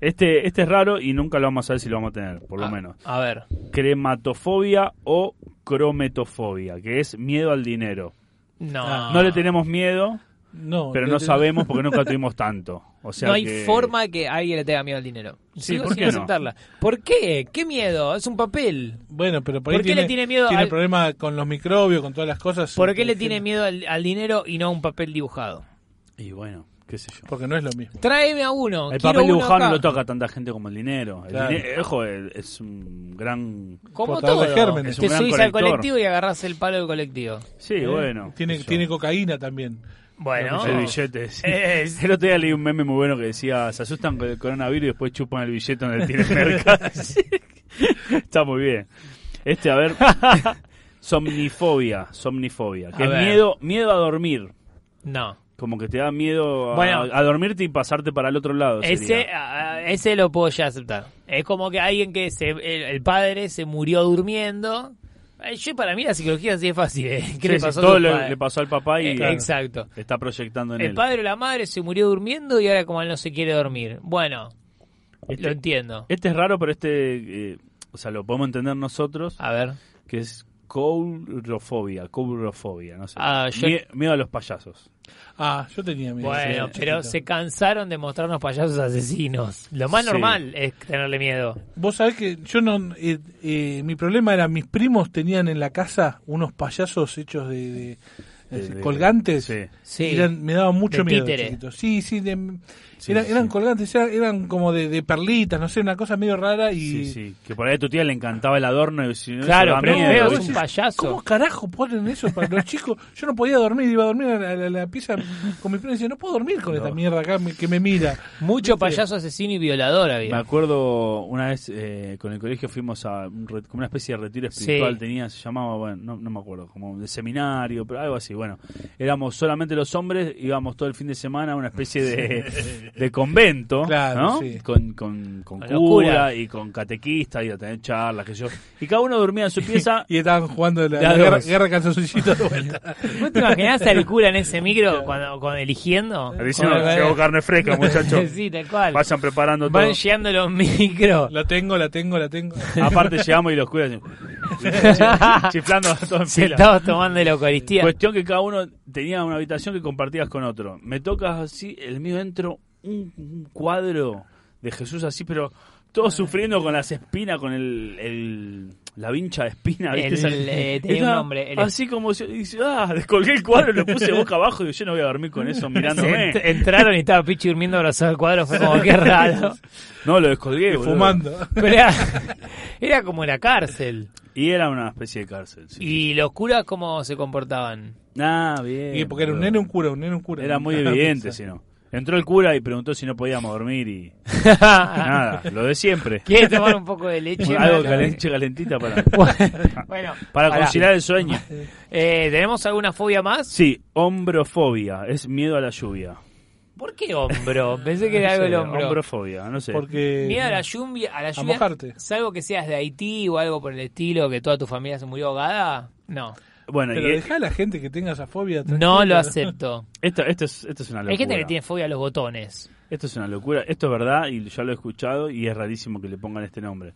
[SPEAKER 2] Este, este es raro y nunca lo vamos a saber si lo vamos a tener, por lo
[SPEAKER 1] Ah,
[SPEAKER 2] menos.
[SPEAKER 1] A ver,
[SPEAKER 2] Crematofobia o crometofobia, que es miedo al dinero.
[SPEAKER 1] no.
[SPEAKER 3] Ah.
[SPEAKER 2] No le tenemos miedo,
[SPEAKER 3] No,
[SPEAKER 2] pero
[SPEAKER 3] le
[SPEAKER 2] no
[SPEAKER 3] tenés-
[SPEAKER 2] sabemos porque nunca tuvimos tanto. O sea
[SPEAKER 1] no hay
[SPEAKER 2] que-
[SPEAKER 1] forma que alguien le tenga miedo al dinero.
[SPEAKER 2] Sí,
[SPEAKER 1] Sigo
[SPEAKER 2] ¿por
[SPEAKER 1] sin
[SPEAKER 2] qué no?
[SPEAKER 1] aceptarla. ¿Por qué? ¿Qué miedo? Es un papel.
[SPEAKER 3] Bueno, pero por,
[SPEAKER 1] ¿Por
[SPEAKER 3] ahí
[SPEAKER 1] qué le tiene
[SPEAKER 3] tiene,
[SPEAKER 1] miedo
[SPEAKER 3] Tiene
[SPEAKER 1] al-
[SPEAKER 3] problema con los microbios, con todas las cosas.
[SPEAKER 1] ¿Por qué le tiene miedo al, al dinero y no a un papel dibujado?
[SPEAKER 2] Y bueno, qué sé yo.
[SPEAKER 3] Porque no es lo mismo.
[SPEAKER 1] Tráeme a uno.
[SPEAKER 2] El
[SPEAKER 1] quiero
[SPEAKER 2] papel
[SPEAKER 1] uno
[SPEAKER 2] dibujado no
[SPEAKER 1] acá.
[SPEAKER 2] lo toca tanta gente como el dinero. El
[SPEAKER 3] Claro.
[SPEAKER 2] dine- eh, ojo, el- es un gran...
[SPEAKER 1] Como
[SPEAKER 3] Portador
[SPEAKER 1] todo.
[SPEAKER 3] de gérmenes.
[SPEAKER 2] Es un
[SPEAKER 1] Te
[SPEAKER 2] gran
[SPEAKER 1] subís al
[SPEAKER 2] colector.
[SPEAKER 1] colectivo y agarrás el palo del colectivo.
[SPEAKER 2] Sí,
[SPEAKER 3] ¿Eh?
[SPEAKER 2] bueno.
[SPEAKER 3] Tiene,
[SPEAKER 2] qué sé yo.
[SPEAKER 3] tiene cocaína también.
[SPEAKER 1] Bueno.
[SPEAKER 2] El billete, sí.
[SPEAKER 1] Es-
[SPEAKER 2] El otro día leí un meme muy bueno que decía, se asustan con el coronavirus y después chupan el billete donde tiene mercado. Sí. Está muy bien. Este, a ver, somnifobia, somnifobia, que
[SPEAKER 1] A
[SPEAKER 2] es
[SPEAKER 1] ver.
[SPEAKER 2] miedo, miedo a dormir.
[SPEAKER 1] No.
[SPEAKER 2] Como que te da miedo a,
[SPEAKER 1] Bueno.
[SPEAKER 2] a dormirte y pasarte para el otro lado. sería.
[SPEAKER 1] Ese, a- a- ese lo puedo ya aceptar. Es como que alguien que se, el, el padre se murió durmiendo. Eh, Yo para mí la psicología así es fácil. ¿eh? ¿Qué
[SPEAKER 2] Sí,
[SPEAKER 1] le
[SPEAKER 2] sí,
[SPEAKER 1] pasó a
[SPEAKER 2] todo
[SPEAKER 1] tu
[SPEAKER 2] le,
[SPEAKER 1] padre?
[SPEAKER 2] le pasó al papá y
[SPEAKER 1] Eh,
[SPEAKER 2] claro,
[SPEAKER 1] Exacto.
[SPEAKER 2] está proyectando en
[SPEAKER 1] El
[SPEAKER 2] él.
[SPEAKER 1] padre o la madre se murió durmiendo y ahora como él no se quiere dormir. Bueno, lo
[SPEAKER 2] Este,
[SPEAKER 1] entiendo.
[SPEAKER 2] este es raro, pero este, eh, o sea, lo podemos entender nosotros.
[SPEAKER 1] A ver.
[SPEAKER 2] que es coulrofobia, coulrofobia, no sé.
[SPEAKER 1] Ah, yo-
[SPEAKER 2] Mie- miedo a los payasos.
[SPEAKER 3] Ah, yo tenía miedo.
[SPEAKER 1] Bueno,
[SPEAKER 3] sí,
[SPEAKER 1] pero
[SPEAKER 3] chiquito.
[SPEAKER 1] se cansaron de mostrarnos payasos asesinos. Lo más
[SPEAKER 2] Sí.
[SPEAKER 1] normal es tenerle miedo.
[SPEAKER 3] Vos sabés que yo no. eh, eh, mi problema era mis primos tenían en la casa unos payasos hechos de. de-
[SPEAKER 2] Eh, De- de-
[SPEAKER 3] colgantes.
[SPEAKER 2] Sí.
[SPEAKER 1] Sí.
[SPEAKER 3] Y eran- me daba
[SPEAKER 1] De
[SPEAKER 3] mucho miedo.
[SPEAKER 1] títere.
[SPEAKER 3] chiquito. Sí, sí, de-
[SPEAKER 2] Sí,
[SPEAKER 3] era-
[SPEAKER 2] sí,
[SPEAKER 3] eran
[SPEAKER 2] sí.
[SPEAKER 3] colgantes, era- eran como de, de perlitas, no sé, una cosa medio rara y.
[SPEAKER 2] Sí, sí, que por ahí a tu tía le encantaba el adorno y si no,
[SPEAKER 1] Claro,
[SPEAKER 2] eso da
[SPEAKER 1] pero
[SPEAKER 2] miedo.
[SPEAKER 1] feo,
[SPEAKER 3] vos
[SPEAKER 1] es un
[SPEAKER 3] decís,
[SPEAKER 1] payaso.
[SPEAKER 3] ¿Cómo carajo ponen eso para los chicos? Yo no podía dormir, iba a dormir a la, a la- a la pieza con mis primos y decía, no puedo dormir con esta mierda acá me- que me mira.
[SPEAKER 1] Mucho
[SPEAKER 3] ¿Viste?
[SPEAKER 1] payaso asesino y violador
[SPEAKER 2] Me
[SPEAKER 1] había.
[SPEAKER 2] acuerdo una vez eh, con el colegio fuimos a un re- como una especie de retiro espiritual,
[SPEAKER 1] Sí.
[SPEAKER 2] tenía, se llamaba, bueno, no, no me acuerdo, como de seminario, pero algo así, bueno. Éramos solamente los hombres, íbamos todo el fin de semana a una especie de, de convento,
[SPEAKER 3] Claro,
[SPEAKER 2] ¿no?
[SPEAKER 3] sí.
[SPEAKER 2] Con, con, con
[SPEAKER 1] Con
[SPEAKER 2] cura
[SPEAKER 1] los curas.
[SPEAKER 2] y con catequista y a tener charlas, que yo. Y cada uno dormía en su pieza
[SPEAKER 3] Y estaban jugando la,
[SPEAKER 2] De a
[SPEAKER 3] la guerra,
[SPEAKER 2] dos.
[SPEAKER 3] guerra de calzoncillitos de vuelta.
[SPEAKER 1] ¿Vos te imaginás al cura en ese micro cuando, cuando eligiendo?
[SPEAKER 2] Diciendo,
[SPEAKER 1] Con-
[SPEAKER 2] llevo carne fresca, muchachos.
[SPEAKER 1] Sí, tal cual.
[SPEAKER 2] Vayan preparando
[SPEAKER 1] Van
[SPEAKER 2] todo.
[SPEAKER 1] llegando los micros.
[SPEAKER 3] La tengo, la tengo, la tengo.
[SPEAKER 2] Aparte llegamos y los curas así, chiflando todo en fila.
[SPEAKER 1] Sentados tomando la Eucaristía.
[SPEAKER 2] Cuestión que cada uno tenía una habitación que compartías con otro. Me tocas así, el mío entro un, un cuadro de Jesús así, pero
[SPEAKER 1] Ah.
[SPEAKER 2] todo sufriendo con las espinas, con el, el- la vincha de espina. ¿viste?
[SPEAKER 1] El-
[SPEAKER 2] Esa-
[SPEAKER 1] eh, tenía un
[SPEAKER 2] Era
[SPEAKER 1] nombre, el-
[SPEAKER 2] así como si- y dice, ah, descolgué el cuadro, lo puse boca abajo y digo, yo no voy a dormir con eso mirándome.
[SPEAKER 1] Ent- entraron y estaba Pichi durmiendo abrazado al cuadro. Fue como, qué raro.
[SPEAKER 2] No, lo descolgué. boludo.
[SPEAKER 3] fumando.
[SPEAKER 1] Pero era, era como la cárcel.
[SPEAKER 2] Y era una especie de cárcel. Sí.
[SPEAKER 1] ¿Y los curas cómo se comportaban?
[SPEAKER 2] Ah, bien.
[SPEAKER 3] Y porque era un
[SPEAKER 2] boludo.
[SPEAKER 3] nene, un cura, un nene, un cura.
[SPEAKER 2] Era muy evidente, si no. Entró el cura y preguntó si no podíamos dormir y nada, lo de siempre.
[SPEAKER 1] ¿Quieres tomar un poco de leche?
[SPEAKER 2] Pues Algo calen- calentita para,
[SPEAKER 1] Bueno,
[SPEAKER 2] para
[SPEAKER 1] pará.
[SPEAKER 2] conciliar el sueño.
[SPEAKER 1] Eh, ¿Tenemos alguna fobia más?
[SPEAKER 2] Sí, hombrofobia, es miedo a la lluvia.
[SPEAKER 1] ¿Por qué hombro? Pensé que era algo el
[SPEAKER 2] No sé,
[SPEAKER 1] hombro.
[SPEAKER 2] Hombrofobia, no sé.
[SPEAKER 3] Porque.
[SPEAKER 1] Miedo a la lluvia, a la lluvia,
[SPEAKER 3] mojarte.
[SPEAKER 1] salvo que seas de Haití o algo por el estilo, que toda tu familia se murió ahogada, no,
[SPEAKER 2] Bueno,
[SPEAKER 3] Pero
[SPEAKER 2] y
[SPEAKER 3] dejá a la gente que tenga esa fobia.
[SPEAKER 1] no
[SPEAKER 3] tranquila.
[SPEAKER 1] lo acepto.
[SPEAKER 2] esto, esto, es, esto es una locura.
[SPEAKER 1] Hay gente que tiene fobia a los botones.
[SPEAKER 2] Esto es una locura. Esto es verdad y ya lo he escuchado y es rarísimo que le pongan este nombre.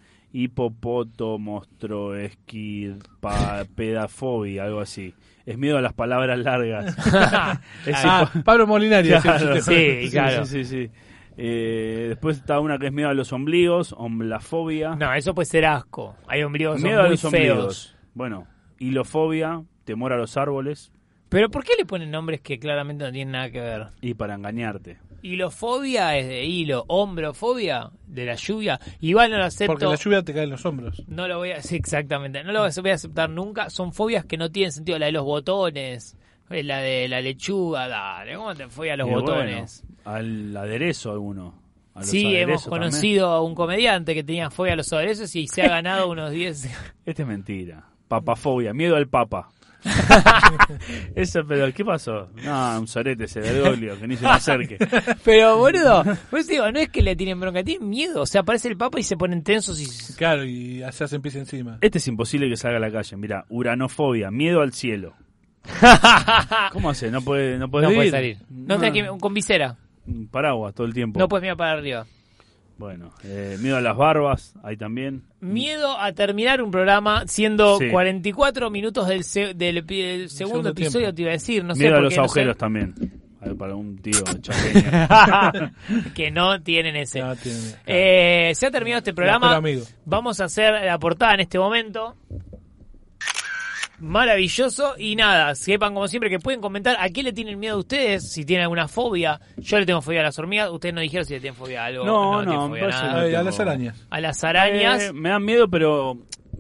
[SPEAKER 2] Hipopoto, monstruo, esquid, pa- pedafobia, algo así. Es miedo a las palabras largas. Es
[SPEAKER 3] Ah,
[SPEAKER 2] hipo-
[SPEAKER 3] Pablo Molinari.
[SPEAKER 2] Claro,
[SPEAKER 3] ese-
[SPEAKER 1] sí, claro.
[SPEAKER 2] Sí, sí, sí. Eh, después está una que es miedo a los ombligos, omblafobia.
[SPEAKER 1] No, eso puede ser asco. Hay ombligos que son
[SPEAKER 2] miedo a
[SPEAKER 1] muy
[SPEAKER 2] los
[SPEAKER 1] feos.
[SPEAKER 2] ombligos. Bueno, hilofobia, temor a los árboles
[SPEAKER 1] Pero ¿por qué le ponen nombres que claramente no tienen nada que ver?
[SPEAKER 2] y para engañarte.
[SPEAKER 1] Hilofobia es de hilo, hombrofobia de la lluvia. Igual no lo acepto.
[SPEAKER 3] Porque la lluvia te cae en los hombros.
[SPEAKER 1] No lo voy a sí, exactamente. No lo voy a aceptar nunca. Son fobias que no tienen sentido. La de los botones, eh, la de la lechuga, dale. ¿Cómo te fobia a los
[SPEAKER 2] Y
[SPEAKER 1] botones?
[SPEAKER 2] bueno, al aderezo alguno. a los
[SPEAKER 1] sí, hemos
[SPEAKER 2] aderezos también.
[SPEAKER 1] conocido a un comediante que tenía fobia a los aderezos y se ha ganado unos 10.
[SPEAKER 2] Este es mentira. Papafobia, miedo al papa. Eso, pero ¿qué pasó? No, un sorete ese de Golio, que ni se me acerque.
[SPEAKER 1] Pero, boludo, pues digo, no es que le tienen bronca, tienen miedo. O sea, aparece el Papa y se ponen tensos y...
[SPEAKER 3] Claro, y se hacen pis encima.
[SPEAKER 2] Este es imposible que salga a la calle. Mira, uranofobia, miedo al cielo. ¿Cómo hace? No puede, no puede
[SPEAKER 1] No puede
[SPEAKER 2] vivir.
[SPEAKER 1] salir.
[SPEAKER 2] Ah.
[SPEAKER 1] No, tenés que- Con visera.
[SPEAKER 2] Un Paraguas todo el tiempo.
[SPEAKER 1] No puedes mirar para arriba.
[SPEAKER 2] Bueno, eh, miedo a las barbas, ahí también.
[SPEAKER 1] Miedo a terminar un programa siendo
[SPEAKER 2] Sí.
[SPEAKER 1] 44 minutos del, se- del epi- del segundo
[SPEAKER 3] segundo
[SPEAKER 1] episodio,
[SPEAKER 3] tiempo.
[SPEAKER 1] te iba a decir. No sé
[SPEAKER 2] miedo a
[SPEAKER 1] por
[SPEAKER 2] los
[SPEAKER 1] qué, no sé.
[SPEAKER 2] agujeros también. A ver, para un tío chaqueño.
[SPEAKER 1] que no tienen ese.
[SPEAKER 3] No, Ah, tiene-
[SPEAKER 1] Eh, se ha terminado este
[SPEAKER 3] Pero,
[SPEAKER 1] programa.
[SPEAKER 3] amigo.
[SPEAKER 1] Vamos a hacer la portada en este momento. Maravilloso. Y nada, sepan como siempre que pueden comentar a qué le tienen miedo ustedes, si tienen alguna fobia. Yo le tengo fobia a las hormigas. Ustedes no dijeron si le tienen fobia a algo.
[SPEAKER 2] No,
[SPEAKER 1] le tienen
[SPEAKER 2] no,
[SPEAKER 1] fobia
[SPEAKER 2] me
[SPEAKER 1] a
[SPEAKER 2] parece
[SPEAKER 1] nada.
[SPEAKER 2] que-
[SPEAKER 3] Ay, a las arañas.
[SPEAKER 1] A las arañas.
[SPEAKER 2] Eh, me dan miedo, pero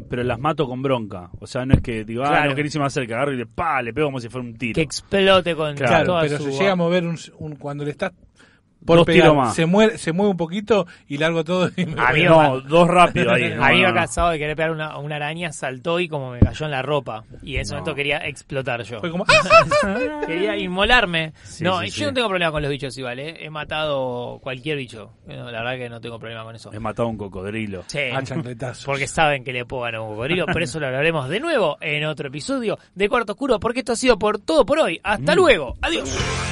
[SPEAKER 2] pero las mato con bronca. O sea, no es que digo, ah,
[SPEAKER 1] Claro.
[SPEAKER 2] no querés ir más cerca, agarro y le, pa, le pego como si fuera un tiro.
[SPEAKER 1] que explote con
[SPEAKER 2] Claro,
[SPEAKER 1] toda
[SPEAKER 3] Claro, pero
[SPEAKER 1] su-
[SPEAKER 3] si llega a mover un, un- cuando le estás
[SPEAKER 2] Dos
[SPEAKER 3] pegar,
[SPEAKER 2] tiros más.
[SPEAKER 3] se mueve, se mueve un poquito y largo todo y me
[SPEAKER 1] A mí
[SPEAKER 2] Ah, no, dos rápido ahí. no,
[SPEAKER 1] A mí me
[SPEAKER 2] no,
[SPEAKER 1] ha
[SPEAKER 2] no.
[SPEAKER 1] cansado de querer pegar una, una araña, saltó y como me cayó en la ropa. Y en ese
[SPEAKER 2] No.
[SPEAKER 1] momento quería explotar yo.
[SPEAKER 3] fue como ¡ah!
[SPEAKER 1] Quería inmolarme.
[SPEAKER 2] Sí,
[SPEAKER 1] no,
[SPEAKER 2] sí,
[SPEAKER 1] yo
[SPEAKER 2] sí.
[SPEAKER 1] no tengo problema con los bichos igual, ¿eh? He matado cualquier bicho. Bueno, la verdad que no tengo problema con eso.
[SPEAKER 2] He matado a un cocodrilo.
[SPEAKER 1] Sí,
[SPEAKER 3] ah". a chancletazos.
[SPEAKER 1] porque saben que le puedo ganar un cocodrilo, pero eso lo hablaremos
[SPEAKER 2] Mm.
[SPEAKER 1] de nuevo en otro episodio de Cuarto Oscuro, porque esto ha sido por todo por hoy. Hasta luego. Adiós.